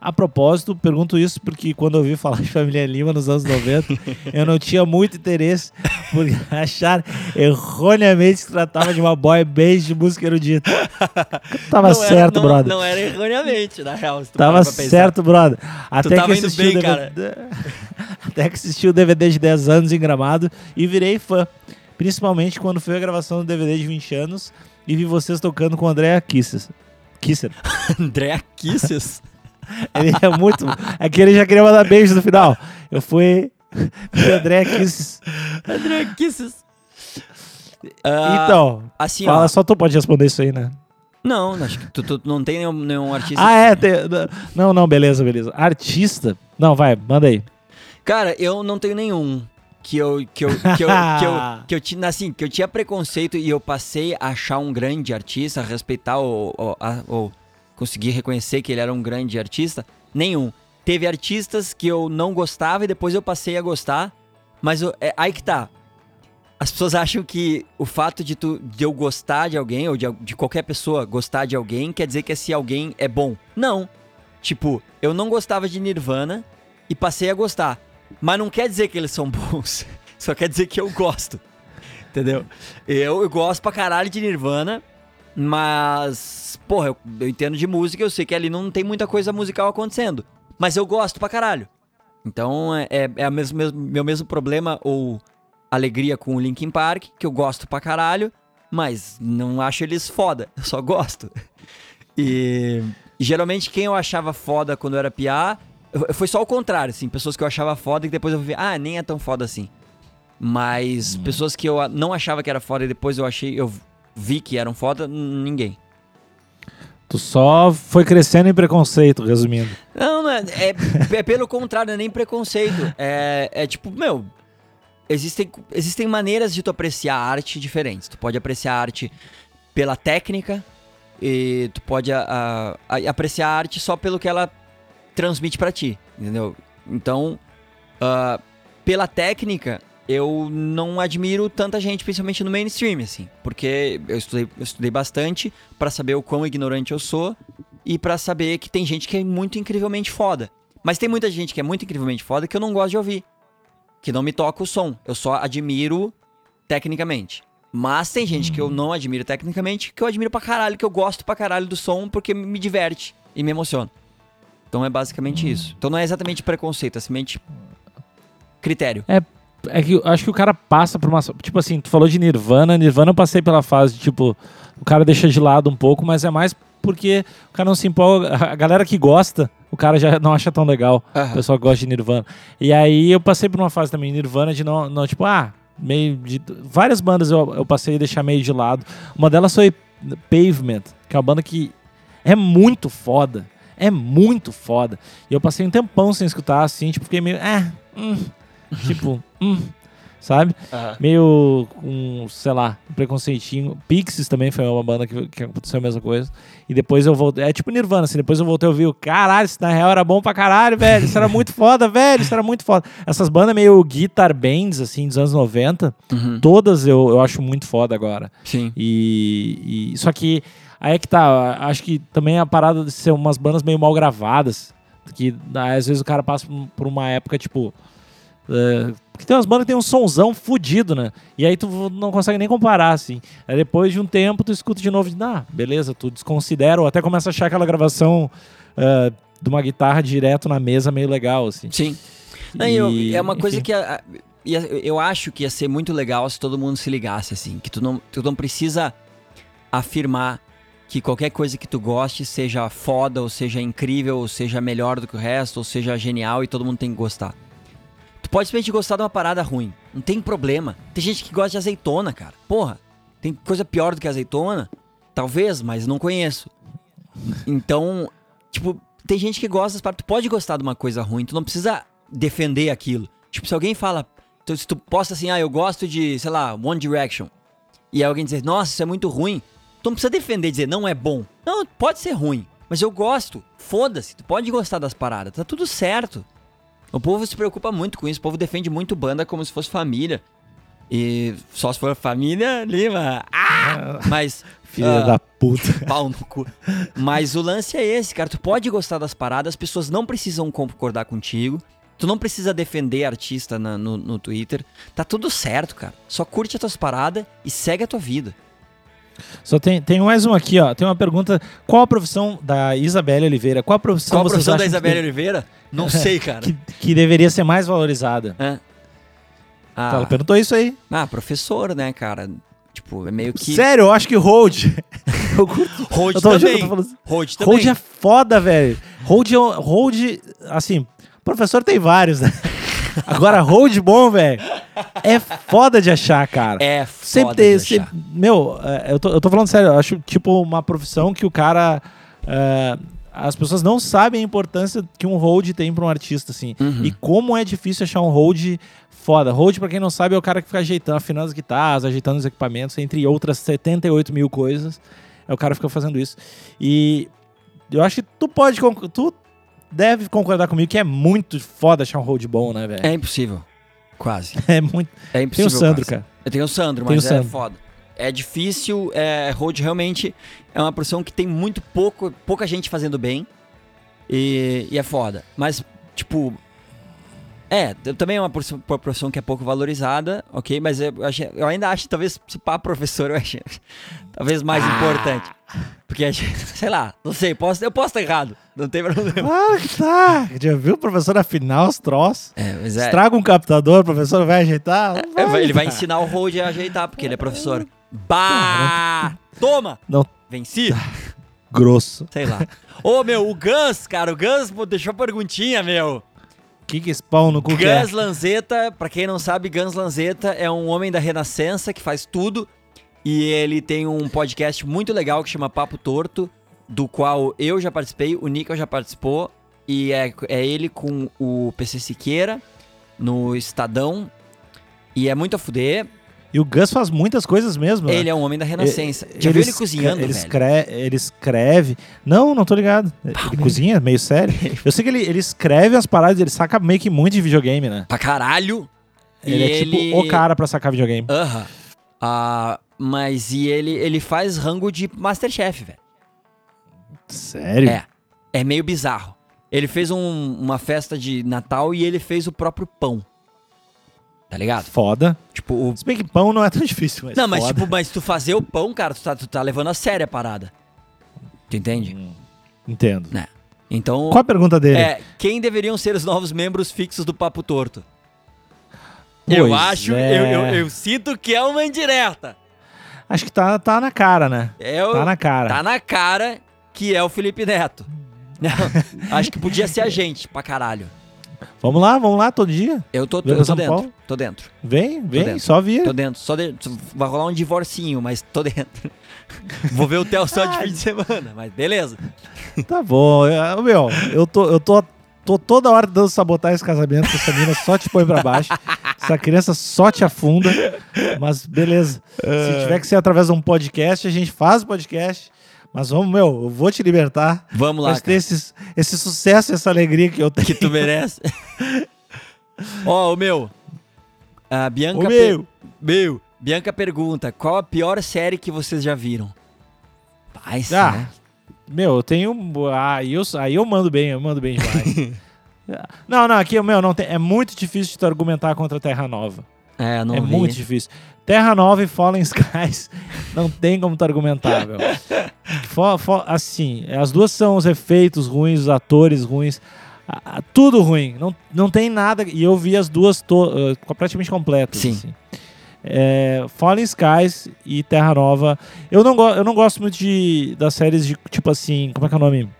A: A propósito, pergunto isso porque quando eu ouvi falar de Família Lima nos anos 90, eu não tinha muito interesse por achar erroneamente que se tratava de uma boy band de música erudita. Tava
B: Não era-
A: certo,
B: não-
A: brother.
B: Não era erroneamente, na real. se tu
A: Tava
B: parar pra pensar.
A: certo, brother. Até
B: tava
A: que
B: indo
A: assisti
B: bem,
A: o DVD... Até que assisti o DVD de 10 anos em gramado e virei fã. Principalmente quando foi a gravação do DVD de 20 anos e vi vocês tocando com o André Kisses. Kisser.
B: André Kisses.
A: Ele é muito. É que ele já queria mandar beijo no final. Eu fui. vi o André Kisses.
B: André Kisses. Ah,
A: então,
B: assim, ó.
A: fala, só tu pode responder isso aí, né?
B: Não, acho que tu, tu não tem nenhum, nenhum artista
A: Ah, é. tem- Não, não, beleza, beleza. Artista. Não, vai, manda aí.
B: Cara, eu não tenho nenhum que eu que eu que eu, que eu, que eu tinha assim, que eu tinha preconceito e eu passei a achar um grande artista, a respeitar ou, ou, a- ou conseguir reconhecer que ele era um grande artista, nenhum. Teve artistas que eu não gostava e depois eu passei a gostar, mas eu- é, aí que tá. As pessoas acham que o fato de, tu, de eu gostar de alguém, ou de, al- de qualquer pessoa gostar de alguém, quer dizer que esse alguém é bom. Não. Tipo, eu não gostava de Nirvana e passei a gostar. Mas não quer dizer que eles são bons. Só quer dizer que eu gosto. Entendeu? Eu, eu gosto pra caralho de Nirvana. Mas, porra, eu, eu entendo de música, eu sei que ali não tem muita coisa musical acontecendo. Mas eu gosto pra caralho. Então é, é, é a mesmo, mesmo- meu mesmo problema ou alegria com o Linkin Park, que eu gosto pra caralho, mas não acho eles foda, eu só gosto. E geralmente quem eu achava foda quando eu era piá, eu- foi só o contrário, assim, pessoas que eu achava foda e que depois eu vi, ah, nem é tão foda assim. Mas pessoas que eu a- não achava que era foda e depois eu achei, eu vi que eram foda, n- ninguém.
A: Tu só foi crescendo em preconceito, resumindo.
B: Não, não é, é, é pelo contrário, não é nem preconceito. É, é tipo, meu, existem, existem maneiras de tu apreciar a arte diferentes. Tu pode apreciar a arte pela técnica e tu pode a- a- a- apreciar a arte só pelo que ela transmite pra ti, entendeu? Então, ah, pela técnica, eu não admiro tanta gente, principalmente no mainstream, assim, porque eu estudei, eu estudei bastante pra saber o quão ignorante eu sou e pra saber que tem gente que é muito incrivelmente foda. Mas tem muita gente que é muito incrivelmente foda que eu não gosto de ouvir. Que não me toca o som. Eu só admiro tecnicamente. Mas tem gente que eu não admiro tecnicamente, que eu admiro pra caralho, que eu gosto pra caralho do som, porque me diverte e me emociona. Então é basicamente isso. Então não é exatamente preconceito, é simplesmente critério.
A: É que eu acho que o cara passa por uma. Tipo assim, tu falou de Nirvana. Nirvana eu passei pela fase de tipo. O cara deixa de lado um pouco, mas é mais porque o cara não se empolga. A galera que gosta, o cara já não acha tão legal. O
B: Aham.
A: pessoal que gosta de Nirvana. E aí eu passei por uma fase também Nirvana de não, não tipo, ah, meio de. Várias bandas eu, eu passei a deixar meio de lado. Uma delas foi Pavement, que é uma banda que é muito foda. É muito foda. E eu passei um tempão sem escutar, assim, tipo, fiquei meio. É. hum", tipo, hum", sabe? Meio com, sei lá, um preconceitinho. Pixies também foi uma banda que, que aconteceu a mesma coisa. E depois eu voltei. É tipo Nirvana, assim. Depois eu voltei a ouvir o caralho, isso na real era bom pra caralho, velho. Isso era muito foda, velho. Isso era muito foda. Essas bandas meio guitar bands, assim, dos anos 90,
B: Uhum.
A: todas eu, eu acho muito foda agora.
B: Sim.
A: E, e- só que aí é que tá, acho que também a parada de ser umas bandas meio mal gravadas, que ah, às vezes o cara passa por- por uma época tipo é, que tem umas bandas que tem um sonzão fudido, né? E aí tu não consegue nem comparar, assim. Aí depois de um tempo tu escuta de novo e diz, ah, beleza, tu desconsidera ou até começa a achar aquela gravação é, de uma guitarra direto na mesa meio legal, assim.
B: Sim. Não, e eu-
A: E,
B: é uma coisa
A: enfim.
B: que a- a- ia- eu acho que ia ser muito legal se todo mundo se ligasse, assim. Que tu não, tu não precisa afirmar que qualquer coisa que tu goste seja foda, ou seja incrível, ou seja melhor do que o resto, ou seja genial e todo mundo tem que gostar. Tu pode simplesmente gostar de uma parada ruim. Não tem problema. Tem gente que gosta de azeitona, cara. Porra, tem coisa pior do que azeitona? Talvez, mas não conheço. Então, tipo, tem gente que gosta das paradas. Tu pode gostar de uma coisa ruim, tu não precisa defender aquilo. Tipo, se alguém fala. tu- Se tu posta assim, ah, eu gosto de, sei lá, One Direction. E aí alguém dizer, nossa, isso é muito ruim. Tu não precisa defender e dizer, não é bom. Não, pode ser ruim, mas eu gosto. Foda-se, tu pode gostar das paradas, tá tudo certo. O povo se preocupa muito com isso, o povo defende muito banda como se fosse família. E só se for família, Lima. Ah! Mas.
A: Filha
B: ah,
A: da puta.
B: pau no cu. Mas o lance é esse, cara. Tu pode gostar das paradas, as pessoas não precisam concordar contigo. Tu não precisa defender artista na- no, no Twitter. Tá tudo certo, cara. Só curte as tuas paradas e segue a tua vida.
A: Só tem, tem mais um aqui, ó. Tem uma pergunta. Qual a profissão da Isabelle Oliveira? Qual a profissão,
B: Qual a
A: vocês
B: profissão da
A: acham que
B: Isabelle Oliveira? Não sei, cara.
A: que, que deveria ser mais valorizada.
B: Hã?
A: Tá,
B: Ah,
A: Ela perguntou isso aí.
B: ah, professor, né, cara? Tipo, é meio que.
A: Sério, eu acho que Hold. eu curto.
B: Hold
A: Eu tô- eu tô
B: também.
A: falando assim.
B: Hold também.
A: Hold é foda, velho. Hold, é um- hold, assim, professor tem vários, né? Agora, hold bom, velho, é foda de achar, cara.
B: É foda
A: Sempre tem.
B: de
A: sempre-
B: achar.
A: meu, é, eu tô, eu tô falando sério, eu acho tipo uma profissão que o cara. é, as pessoas não sabem a importância que um hold tem pra um artista, assim.
B: Uhum.
A: E como é difícil achar um hold foda. Hold, pra quem não sabe, é o cara que fica ajeitando, afinando as guitarras, ajeitando os equipamentos, entre outras 78 mil coisas. É o cara que fica fazendo isso. E eu acho que tu pode. conc- Tu deve concordar comigo que é muito foda achar um hold bom, né, velho?
B: É impossível. Quase.
A: É muito.
B: É
A: Tem
B: impossível.
A: o Sandro,
B: quase.
A: cara.
B: Eu tenho o Sandro,
A: Tem
B: mas é
A: o Sandro.
B: foda. É difícil, é, road realmente é uma profissão que tem muito pouco, pouca gente fazendo bem e, e é foda. Mas, tipo, é, t- também é uma profissão, uma profissão que é pouco valorizada, ok? Mas eu, acho- eu ainda acho, talvez, se pá professor, eu acho talvez mais importante. Porque, a gente- sei lá, não sei, posso, eu posso estar errado, não tem problema.
A: Claro que tá. Já viu o professor afinar os troços?
B: É, mas é,
A: Estraga um captador, o professor vai ajeitar? Não
B: é, ele vai
A: cara.
B: ensinar o road a ajeitar, porque ele é professor. Bah! Toma!
A: Não,
B: Venci!
A: grosso.
B: Sei lá. Ô, meu, o Gans, cara, o Gans pô, deixou perguntinha, meu.
A: O que que é. esse pau no cu quer?
B: Gans Lanzetta, pra quem não sabe, Gans Lanzetta é um homem da Renascença que faz tudo. E ele tem um podcast muito legal que chama Papo Torto, do qual eu já participei, o Nickel já participou. E é, é ele com o PC Siqueira, no Estadão. E é muito a fuder.
A: E o Gus faz muitas coisas mesmo,
B: Ele
A: né?
B: é um homem da Renascença. já viu ele
A: escre-
B: cozinhando,
A: ele
B: velho?
A: Escreve, ele escreve. Não, não tô ligado. ele
B: né?
A: cozinha, meio sério. Eu sei que ele, ele escreve as paradas, ele saca meio que muito de videogame, né?
B: Pra caralho. E
A: Ele é
B: ele-
A: tipo o cara pra sacar videogame.
B: Aham. Ah, mas e ele, ele faz rango de Masterchef, velho.
A: Sério?
B: É. É meio bizarro. Ele fez um- uma festa de Natal e ele fez o próprio pão. Tá ligado?
A: Foda.
B: Tipo, o.
A: Se bem que pão não é tão difícil, mas.
B: Não, mas
A: foda.
B: tipo, mas tu fazer o pão, cara, tu tá, tu tá levando a sério a parada. Tu entende?
A: Entendo.
B: Né? Então.
A: Hum. Qual a pergunta dele?
B: É, quem deveriam ser os novos membros fixos do Papo Torto?
A: Pois
B: eu acho,
A: é.
B: eu, eu, eu sinto que é uma indireta.
A: Acho que tá, tá na cara, né?
B: É o,
A: Tá na cara.
B: tá na cara que é o Felipe Neto. Não, acho que podia ser a gente, pra caralho.
A: Vamos lá, vamos lá todo dia.
B: Eu tô,
A: Vem
B: eu
A: pra
B: tô
A: São
B: dentro,
A: Paulo?
B: tô dentro,
A: Vem, vem,
B: dentro.
A: só vir.
B: tô dentro. Só de- vai rolar um divorcinho, mas tô dentro. Vou ver o Theo só de fim de semana, mas beleza.
A: Tá bom. Eu, meu, eu tô, eu tô, tô toda hora dando sabotar esse casamento, que essa menina só te põe pra baixo. Essa criança só te afunda. Mas beleza. Se tiver que ser através de um podcast, a gente faz o podcast. Mas vamos, meu, eu vou te libertar.
B: Vamos lá,
A: Mas ter
B: cara,
A: esse, esse sucesso, essa alegria que eu tenho.
B: que tu merece. Ó, o meu. A Bianca
A: Ô,
B: per-
A: meu.
B: Meu, Bianca pergunta: qual a pior série que vocês já viram? Pai,
A: Ah,
B: né?
A: Meu, eu tenho. Aí eu, aí eu mando bem, eu mando bem demais. não, não, aqui, meu, não tem, é muito difícil de tu argumentar contra a Terra Nova.
B: É, não
A: é
B: vi.
A: muito difícil. Terra Nova e Fallen Skies não tem como tu argumentar, meu. Fo- fo- assim, as duas são os efeitos ruins, os atores ruins, a- a- tudo ruim. Não, não tem nada. E eu vi as duas to- eh, praticamente completas.
B: Sim.
A: assim. É, Fallen Skies e Terra Nova. Eu não, go- eu não gosto muito de, das séries de tipo assim. Como é que é o nome?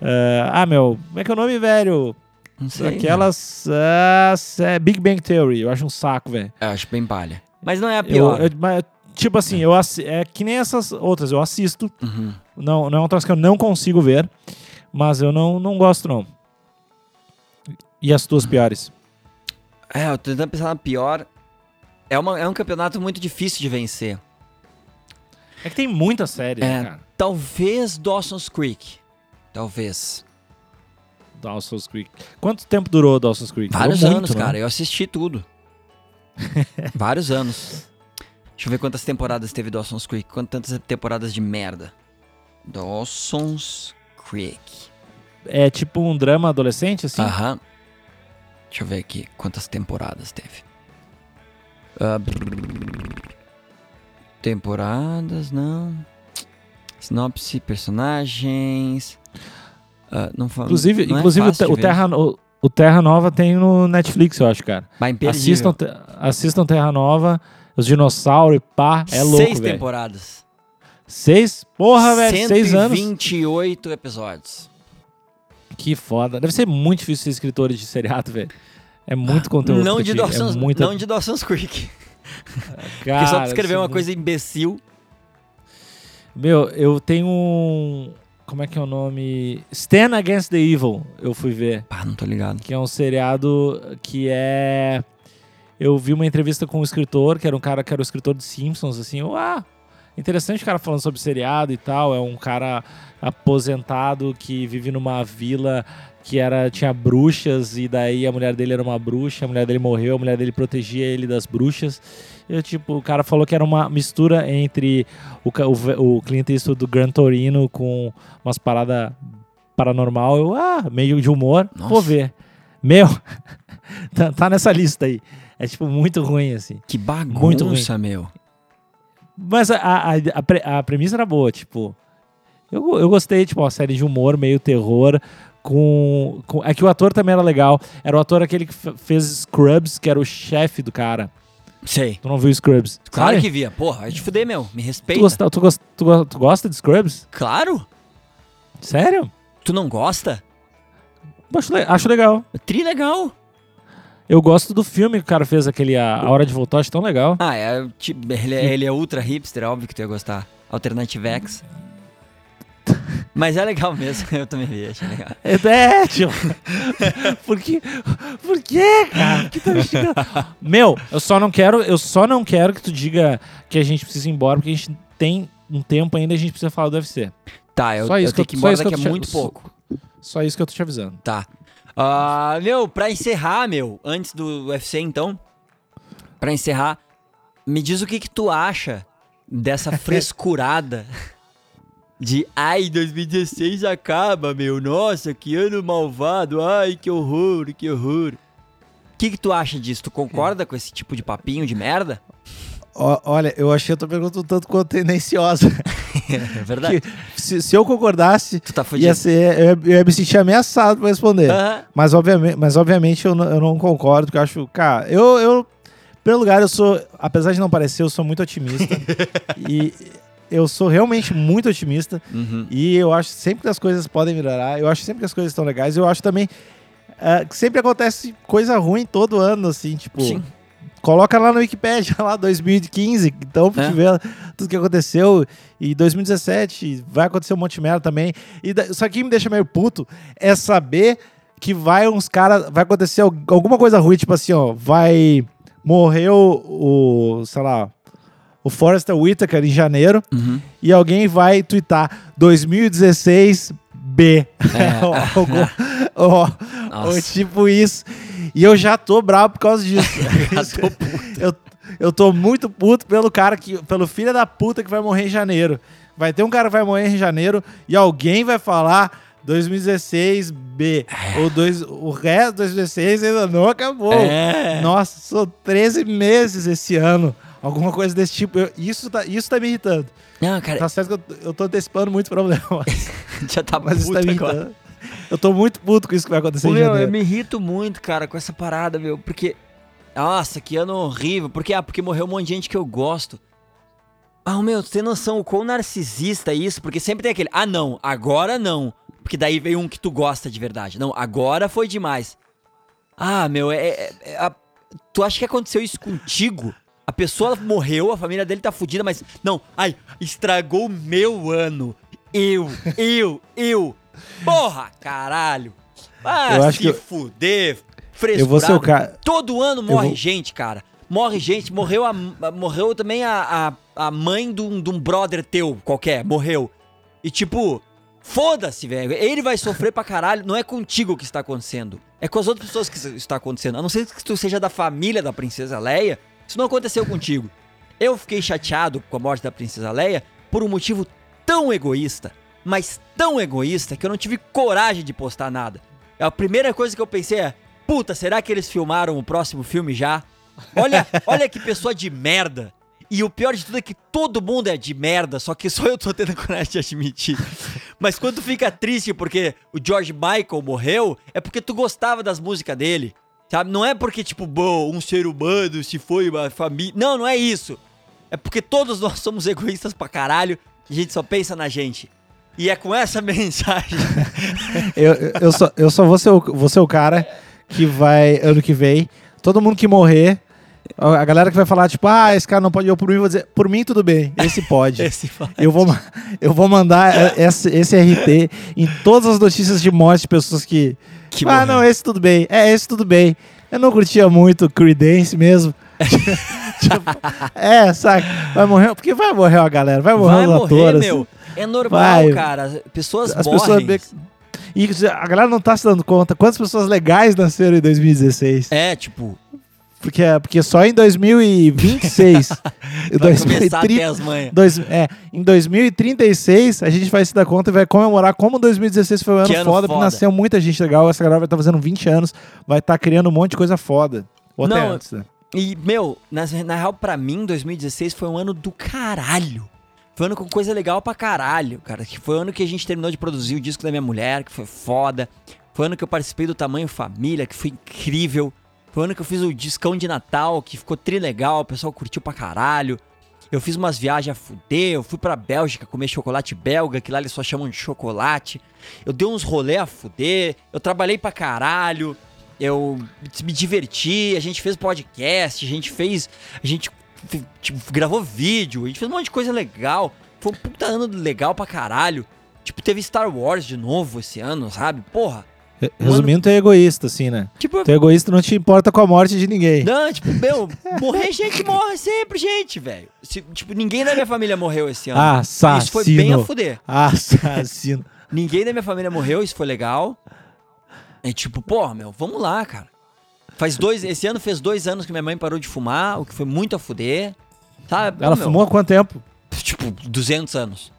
A: Eh, ah, meu, como é que é o nome, velho?
B: Não sei.
A: Aquelas. ah, sé- Big Bang Theory. Eu acho um saco, velho.
B: Eu É, acho bem palha. Mas não é a
A: Eu,
B: pior.
A: eu- mas, tipo assim, eu assi- é que nem essas outras, eu assisto.
B: Uhum.
A: Não, não é um troço que eu não consigo ver, mas eu não, não gosto, não. E as tuas piores?
B: É, eu tô tentando pensar na pior. É, uma, é um campeonato muito difícil de vencer.
A: É que tem muita série,
B: É.
A: né, cara?
B: Talvez Dawson's Creek. Talvez.
A: Dawson's Creek. Quanto tempo durou Dawson's Creek? Durou
B: Vários
A: muito,
B: anos,
A: né?
B: cara. Eu assisti tudo. Vários anos. Deixa eu ver quantas temporadas teve Dawson's Creek. Quantas temporadas de merda. Dawson's Creek.
A: É tipo um drama adolescente, assim?
B: Aham. Deixa eu ver aqui quantas temporadas teve. Ah, brrr. temporadas, não. Sinopse, personagens. Ah, não fala,
A: inclusive,
B: não é
A: inclusive o
B: fácil
A: Te-
B: de
A: o,
B: ver.
A: Terra, o, o Terra Nova tem no Netflix, eu acho, cara.
B: Mas imperdível.
A: Assistam, Te- assistam Terra Nova, os dinossauros e pá. É louco,
B: Seis
A: velho.
B: temporadas.
A: Seis? Porra, velho, seis anos.
B: 128 episódios.
A: Que foda. Deve ser muito difícil ser escritor de seriado, velho. É muito conteúdo.
B: Ah, Não
A: pra
B: de,
A: ti,
B: Dawson's,
A: é muita...
B: não de Dawson's Creek.
A: Cara,
B: Porque só pra escrever
A: isso é
B: uma
A: muito-
B: coisa imbecil.
A: Meu, eu tenho um... Como é que é o nome? Stand Against the Evil, eu fui ver.
B: Pá, não tô ligado.
A: Que é um seriado que é... Eu vi uma entrevista com um escritor, que era um cara que era o escritor de Simpsons, assim. eu, Ah, interessante o cara falando sobre seriado e tal. É um cara aposentado que vive numa vila que era tinha bruxas e daí a mulher dele era uma bruxa, a mulher dele morreu, a mulher dele protegia ele das bruxas. Eu tipo, o cara falou que era uma mistura entre o ca- o, ve- o Clint Eastwood do Gran Torino com umas paradas paranormal, eu ah, meio de humor, vou
B: Nossa.
A: ver. Meu, tá, tá nessa lista aí. É tipo muito ruim assim.
B: Que bagunça,
A: ruim.
B: meu.
A: Mas a, a, a, pre- a premissa era boa, tipo. Eu, eu gostei, tipo, uma série de humor, meio terror, com, com. É que o ator também era legal. Era o ator aquele que fe- fez Scrubs, que era o chefe do cara.
B: Sei.
A: Tu não viu Scrubs?
B: Claro
A: Sabe?
B: que via. Porra, vai te fuder, meu. Me
A: Tu,
B: respeita.
A: gosta, tu, gosta, tu, go- tu gosta de Scrubs?
B: Claro.
A: Sério?
B: Tu não gosta?
A: Acho, le- acho legal.
B: Tri legal.
A: Eu gosto do filme que o cara fez, aquele A, a Hora de Voltar, acho tão legal.
B: Ah, é, tipo, ele, é, ele é ultra hipster, é óbvio que tu ia gostar. Alternative X. Mas é legal mesmo, eu também vi, achei legal.
A: É, é tipo. por que, por que, cara? Por que tá me xingando? Meu, eu só não quero, eu só não quero que tu diga que a gente precisa ir embora, porque a gente tem um tempo ainda e a gente precisa falar do UFC.
B: Tá, eu,
A: Só isso
B: eu tenho
A: que
B: que
A: eu-
B: ir embora
A: só isso que
B: daqui a
A: eu te-
B: muito
A: só-
B: pouco.
A: Só isso que eu tô te avisando.
B: Tá. Ah, meu, pra encerrar, meu, antes do UFC, então, pra encerrar, me diz o que que tu acha dessa frescurada de, ai, 2016 acaba, meu, nossa, que ano malvado, ai, que horror, que horror. O que, que tu acha disso? Tu concorda com esse tipo de papinho de merda?
A: Ó, olha, eu achei a tua pergunta um tanto quanto tendenciosa.
B: É verdade.
A: Que se, se eu concordasse,
B: Tu tá fudido.
A: ia ser, eu, ia- eu ia me sentir ameaçado pra responder.
B: Aham.
A: Mas, obviamente, mas obviamente eu, não- eu não concordo, porque eu acho, cara, eu, eu, em primeiro lugar, eu sou, apesar de não parecer, eu sou muito otimista. e eu sou realmente muito otimista.
B: Uhum.
A: E eu acho sempre que as coisas podem melhorar, eu acho sempre que as coisas estão legais, eu acho também ah, que sempre acontece coisa ruim todo ano, assim, tipo.
B: Sim.
A: Coloca lá no Wikipedia, lá 2015, então pra
B: É.
A: te ver tudo que aconteceu. E 2017 vai acontecer um monte de merda também. E da- só que me deixa meio puto é saber que vai uns caras. Vai acontecer al- alguma coisa ruim, tipo assim, ó. Vai. Morreu o. sei lá. O Forrester Whitaker em janeiro
B: Uhum.
A: e alguém vai twittar 2016 B. ou, algo- ou-
B: É. Nossa.
A: ou tipo isso. E eu já tô bravo por causa disso. eu, eu tô muito puto pelo cara que. pelo filho da puta que vai morrer em janeiro. Vai ter um cara que vai morrer em janeiro e alguém vai falar 2016 B. Ou dois, o resto de 2016 ainda não acabou.
B: É.
A: Nossa, são 13 meses esse ano. Alguma coisa desse tipo. Eu- isso, tá, isso tá me irritando.
B: Não, cara,
A: Tá certo que eu, tô- eu tô antecipando muito problema,
B: já tá
A: mas isso tá
B: puto
A: me
B: agora. é
A: irritando. Eu tô muito puto com isso que vai acontecer
B: Ô,
A: em
B: meu, eu
A: janeiro.
B: me irrito muito, cara, com essa parada, meu, porque. Nossa, que ano horrível. Porque, ah, porque morreu um monte de gente que eu gosto. Ah, meu, tu tem noção o quão narcisista é isso? Porque sempre tem aquele, ah, não, agora não. Porque daí veio um que tu gosta de verdade. Não, agora foi demais. Ah, meu, é. é- é- a- tu acha que aconteceu isso contigo? A pessoa morreu, a família dele tá fudida, mas. Não, ai, estragou o meu ano. Eu, eu, eu. Porra, caralho. Ah,
A: Eu acho
B: se
A: que eu-
B: fuder, frescurado.
A: Eu vou ser o cara.
B: Todo ano morre
A: vou-
B: gente, cara. Morre gente. Morreu, a, a- morreu também a, a, a mãe de um, de um brother teu qualquer. Morreu. E tipo, foda-se, velho. Ele vai sofrer pra caralho. Não é contigo que está acontecendo. É com as outras pessoas que isso está acontecendo. A não ser que tu seja da família da princesa Leia. Isso não aconteceu contigo. Eu fiquei chateado com a morte da princesa Leia por um motivo tão egoísta, mas tão egoísta que eu não tive coragem de postar nada. A primeira coisa que eu pensei é: puta, será que eles filmaram o próximo filme já? Olha, olha que pessoa de merda. E o pior de tudo é que todo mundo é de merda, só que só eu tô tendo coragem de admitir. Mas quando tu fica triste porque o George Michael morreu, é porque tu gostava das músicas dele. Sabe? Não é porque, tipo, bom, um ser humano se foi uma família. Não, não é isso. É porque todos nós somos egoístas pra caralho e a gente só pensa na gente. E é com essa mensagem.
A: Eu, eu- eu só, eu só vou, ser o, vou ser o cara que vai, ano que vem, todo mundo que morrer, a a galera que vai falar, tipo, ah, esse cara não pode ir eu por mim, eu vou dizer, por mim tudo bem, esse pode.
B: Esse fala.
A: Eu vou, ma- eu vou mandar eh, esse, esse RT em todas as notícias de morte de pessoas que.
B: Que
A: ah,
B: morreram."
A: não, esse tudo bem. É, esse tudo bem. Eu não curtia muito Creedence mesmo. Tipo, é, saca? Vai morrer. Porque vai morrer uma galera, vai
B: Vai
A: morrer os
B: morrer,
A: atores.
B: meu. É normal,
A: Vai.
B: cara. Pessoas
A: As pessoas.
B: morrem.
A: meio que- E a galera não tá se dando conta quantas pessoas legais nasceram em 2016.
B: É, tipo,
A: Porque, porque só em 2026. em
B: vai começar
A: 2030,
B: até as manhas.
A: Dois, é, em 2036, a gente vai se dar conta e vai comemorar como 2016 foi um ano,
B: Que ano
A: foda,
B: foda.
A: porque nasceu muita gente legal. Essa galera vai estar fazendo 20 anos, vai estar criando um monte de coisa foda. Ou até
B: Não,
A: antes, né?
B: E, meu, na, na real, pra mim, 2016 foi um ano do caralho. Foi um ano com coisa legal pra caralho, cara. Que foi o ano que a gente terminou de produzir o disco da minha mulher, que foi foda. Foi o ano que eu participei do Tamanho Família, que foi incrível. Foi o ano que eu fiz o discão de Natal, que ficou trilegal, o pessoal curtiu pra caralho. Eu fiz umas viagens a fuder, eu fui pra Bélgica comer chocolate belga, que lá eles só chamam de chocolate. Eu dei uns rolê a fuder, eu trabalhei pra caralho, eu me diverti, a gente fez podcast, a gente fez. A gente f- tipo, gravou vídeo, a gente fez um monte de coisa legal. Foi um puta ano legal pra caralho. Tipo, teve Star Wars de novo esse ano, sabe? Porra.
A: Re- Resumindo, tu é egoísta, assim, né?
B: Tipo,
A: Tu é egoísta não te importa com a morte de ninguém.
B: Não, tipo, meu, morrer gente morre sempre, gente, velho. Se- Tipo, ninguém da minha família morreu esse ano.
A: Ah, Assassino.
B: Isso foi bem a fuder.
A: Assassino.
B: Ninguém da minha família morreu, isso foi legal. É tipo, porra, meu, vamos lá, cara. Faz dois. Esse ano fez dois anos que minha mãe parou de fumar, o que foi muito a fuder. Sabe?
A: Ela
B: Pô, meu,
A: fumou há quanto tempo?
B: Tipo, 200 anos.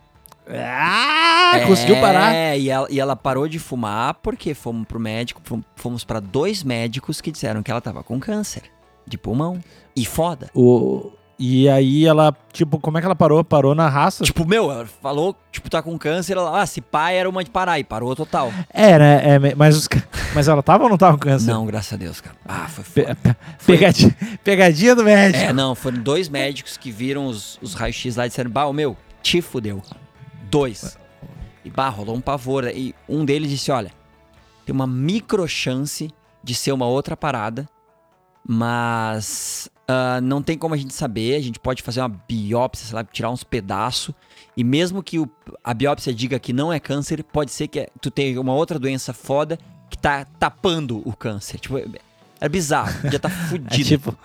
A: Ah,
B: É,
A: conseguiu parar.
B: É, e ela, e ela parou de fumar porque fomos pro médico, fom- fomos pra dois médicos que disseram que ela tava com câncer de pulmão. E foda.
A: O... E aí ela, tipo, como é que ela parou? Parou na raça?
B: Tipo, meu, ela falou, tipo, tá com câncer, ela, ah, se pá, era uma de parar, e parou total.
A: É, né? É, me- mas, os... ca- mas ela tava ou não tava com câncer?
B: Não, graças a Deus, cara. Ah, foi
A: Pe-
B: foda.
A: Pegadinha, pegadinha do médico.
B: É, não, foram dois médicos que viram os, os raios-x lá e disseram, bah, ô, meu, te fudeu. Dois. E bah, rolou um pavor. E um deles disse, olha, tem uma micro chance de ser uma outra parada, mas ah, não tem como a gente saber, a gente pode fazer uma biópsia, sei lá, tirar uns pedaços, e mesmo que o- a biópsia diga que não é câncer, pode ser que tu tenha uma outra doença foda que tá tapando o câncer. Tipo, é- é bizarro, já tá
A: É
B: fudido.
A: tipo,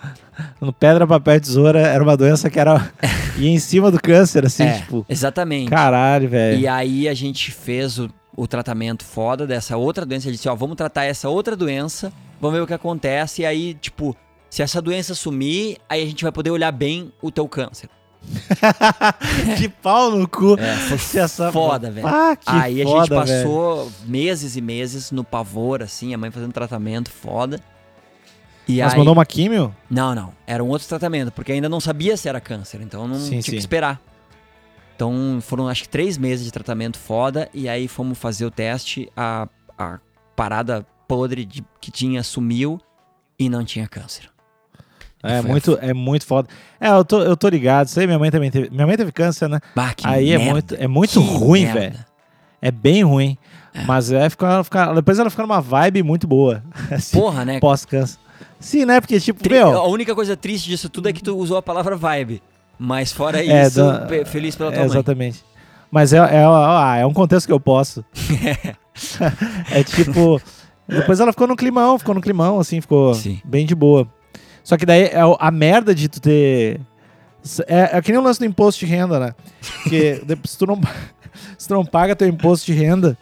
A: no pedra, papel, tesoura era uma doença que era. ia em cima do câncer, assim,
B: É,
A: tipo.
B: Exatamente.
A: Caralho, velho.
B: E aí a gente fez o, o tratamento foda dessa outra doença. A gente disse, ó, vamos tratar essa outra doença, vamos ver o que acontece. E aí, tipo, se essa doença sumir, aí a gente vai poder olhar bem o teu câncer.
A: que pau no cu.
B: É, foi
A: Se essa-
B: foda, É, velho.
A: Ah, que
B: aí a gente
A: foda, velho.
B: passou meses e meses no pavor, assim, a mãe fazendo tratamento foda. E
A: Mas
B: aí...
A: mandou uma químio?
B: Não, não. Era um outro tratamento, porque ainda não sabia se era câncer, então não
A: Sim,
B: tinha
A: sim.
B: que esperar. Então foram acho que três meses de tratamento foda, e aí fomos fazer o teste, a, a parada podre de- que tinha sumiu e não tinha câncer.
A: É
B: Foi-
A: muito, é muito foda. É, eu tô, eu tô ligado. Isso aí minha mãe também teve. Minha mãe teve câncer, né?
B: Bah, que
A: aí é
B: merda,
A: muito, é muito
B: que
A: ruim,
B: merda.
A: velho. É bem ruim. Mas é, fica, ela fica- depois ela fica numa vibe muito boa. assim,
B: Porra, né?
A: Pós-câncer. Sim, né? Porque, tipo,
B: Tri-
A: meu.
B: A única coisa triste disso tudo é que tu usou a palavra vibe. Mas fora
A: É,
B: isso,
A: da-
B: pe- feliz pela
A: É,
B: tua mãe.
A: Exatamente. Mas é, é, ó, ah, é um contexto que eu posso. é tipo. Depois ela ficou no climão, ficou no climão, assim, ficou
B: Sim.
A: bem de boa. Só que daí é o- a merda de tu ter. É, é que nem o lance do imposto de renda, né? Porque depois, se, tu não, se tu não paga teu imposto de renda,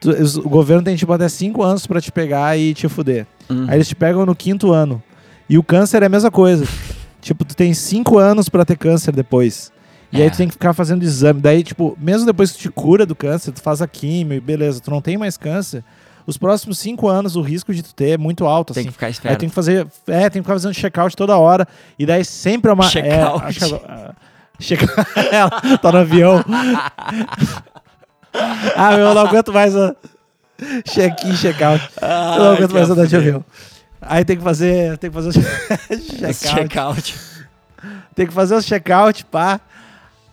A: tu- os- o governo tem tipo até 5 anos pra te pegar e te fuder.
B: Uhum.
A: Aí eles te pegam no quinto ano. E o câncer é a mesma coisa. tipo, tu tem cinco anos pra ter câncer depois. E aí
B: É.
A: tu tem que ficar fazendo exame. Daí, tipo, mesmo depois que tu te cura do câncer, tu faz a químio e beleza, tu não tem mais câncer. Os próximos cinco anos, o risco de tu ter é muito alto,
B: Tem
A: assim.
B: que ficar
A: Aí
B: esperto.
A: tem que fazer. É, tem que ficar fazendo check-out toda hora. E daí sempre é uma. É,
B: Check-out.
A: acho que ela- check- Ela tá no avião. ah, meu, eu não aguento mais. a- Check-in, check-out. Eu não
B: Ah,
A: aguento
B: que
A: mais
B: a
A: andar de
B: fuder.
A: avião. Aí tem que fazer. Tem que fazer o check-out.
B: Check-out.
A: Tem que fazer os check-out, pá.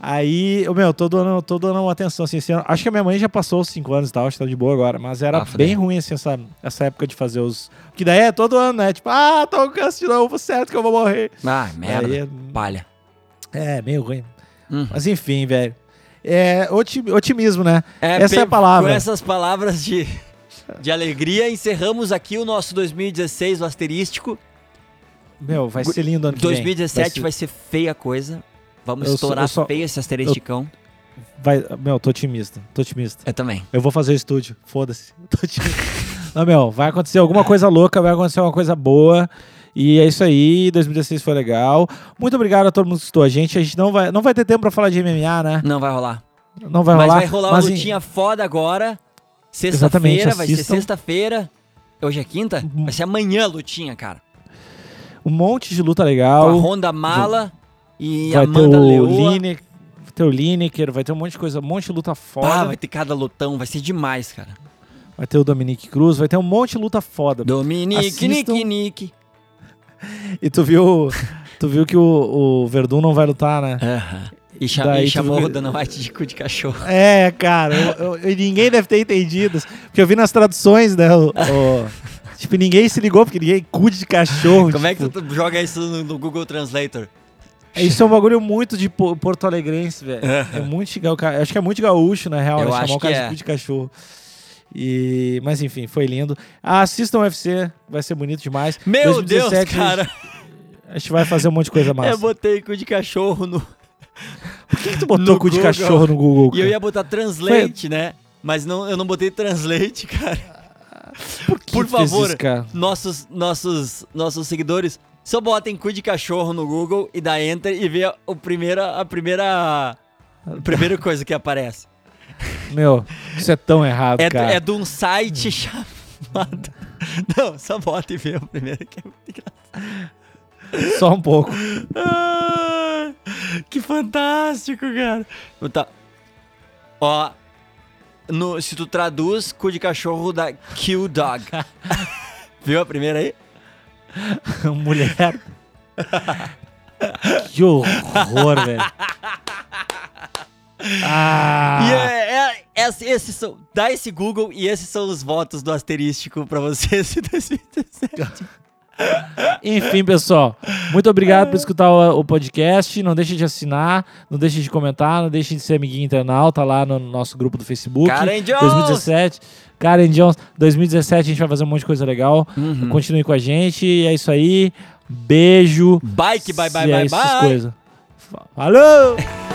A: Aí, ô, meu, tô dando, tô dando uma atenção, assim, esse ano- acho que a minha mãe já passou os 5 anos e tal, acho que tá de boa agora, mas era
B: Ah, fudeu.
A: bem ruim, assim, essa, essa época de fazer os... Porque daí é todo ano, né, tipo, ah, tá um câncer de novo, certo que eu vou morrer.
B: Ah, merda.
A: Aí é-
B: Palha.
A: é, meio ruim.
B: Uhum.
A: Mas enfim, velho, é oti- otimismo, né?
B: É,
A: Essa é a
B: pe-
A: palavra.
B: Com essas palavras de, de alegria, encerramos aqui o nosso 2016, o asterístico.
A: Meu, vai ser lindo ano que
B: 2017
A: vem.
B: vai ser feia a coisa. Vamos
A: Eu sou-
B: estourar
A: eu só-
B: feio esse asteristicão.
A: vai ser... vai- Meu, tô otimista, tô otimista.
B: Eu também.
A: Eu vou fazer o estúdio, foda-se. Tô te- Não, meu, vai acontecer alguma coisa louca, vai acontecer uma coisa boa. E é isso aí, 2016 foi legal. Muito obrigado a todo mundo que escutou a gente. A gente não vai, não vai ter tempo pra falar de MMA, né?
B: Não vai rolar.
A: Não vai
B: mas
A: rolar.
B: vai rolar
A: mas, assim,
B: uma
A: em-
B: lutinha foda agora.
A: Exatamente,
B: Sexta-feira, vai ser
A: assistam.
B: sexta-feira. Hoje é quinta?
A: Uhum.
B: Vai ser amanhã a lutinha, cara.
A: Um monte de luta
B: Com a
A: legal.
B: Ronda Mala e
A: Vai Tá ter
B: Amanda
A: o
B: Leoa.
A: Lineker, vai ter o Lineker, vai ter um monte de coisa, um monte de luta foda.
B: Pá, Ah, vai
A: vai...
B: ter cada lutão, vai ser demais, cara.
A: ter o Dominique Cruz, vai ter um monte de luta foda.
B: Dominique,
A: Assistam.
B: Nick, Nick.
A: E tu viu, tu viu que o, o Verdun não vai lutar, né?
B: Aham. E, cha-
A: Daí
B: e
A: tu
B: chamou
A: vê-
B: o Dana White de cu de cachorro.
A: É, cara, eu- eu- eu- ninguém deve ter entendido. isso, Porque eu vi nas traduções, né? o- o- tipo, ninguém se ligou, porque ninguém cu de cachorro.
B: Como é que
A: tipo,
B: tu joga isso no, no Google Translator?
A: Isso é um bagulho muito de po- Porto Alegrense, velho. É muito ga- o ca- Acho que é muito gaúcho, na real,
B: Eu
A: né,
B: acho
A: chamar o cara
B: que
A: de
B: é.
A: cu de cachorro. E, mas enfim, foi lindo. Ah, assistam o UFC, vai ser bonito demais.
B: Meu
A: 2017
B: Deus, cara. É
A: A gente vai fazer um monte de coisa massa.
B: Eu botei cu de cachorro no.
A: Por que, que tu botou
B: no
A: cu de
B: Google.
A: cachorro no Google?
B: E eu
A: cara?
B: ia botar translate, né? Mas não, eu não botei translate, cara.
A: Por, que
B: Por
A: tu fez
B: favor.
A: isso, cara?
B: Nossos, nossos, nossos seguidores só botem cu de cachorro no Google e dá enter e vê a, o primeira, a primeira. A primeira coisa que aparece.
A: Meu, isso é tão errado,
B: É, do-
A: cara.
B: é de um site chamado. Não, só bota e vê o primeiro que é muito engraçado.
A: Só um pouco.
B: Ah, que fantástico, cara. Tá. Ó. no- se tu traduz cu de cachorro da Kill Dog. Viu a primeira aí?
A: Mulher. que horror, velho. Ah,
B: E é, é- esse- esses são, dá esse Google e esses são os votos do asterístico pra vocês em 2017.
A: Enfim, pessoal, muito obrigado por escutar o, o podcast. Não deixe de assinar, não deixe de comentar, não deixe de ser amiguinho internauta lá no nosso grupo do Facebook.
B: Karen Jones!
A: 2017. Karen Jones, 2017 a gente vai fazer um monte de coisa legal.
B: Uhum.
A: Continue com a gente. e É isso aí. Beijo.
B: Bike, bye, bye,
A: Se é
B: bye,
A: essas
B: bye.
A: coisas. Falou!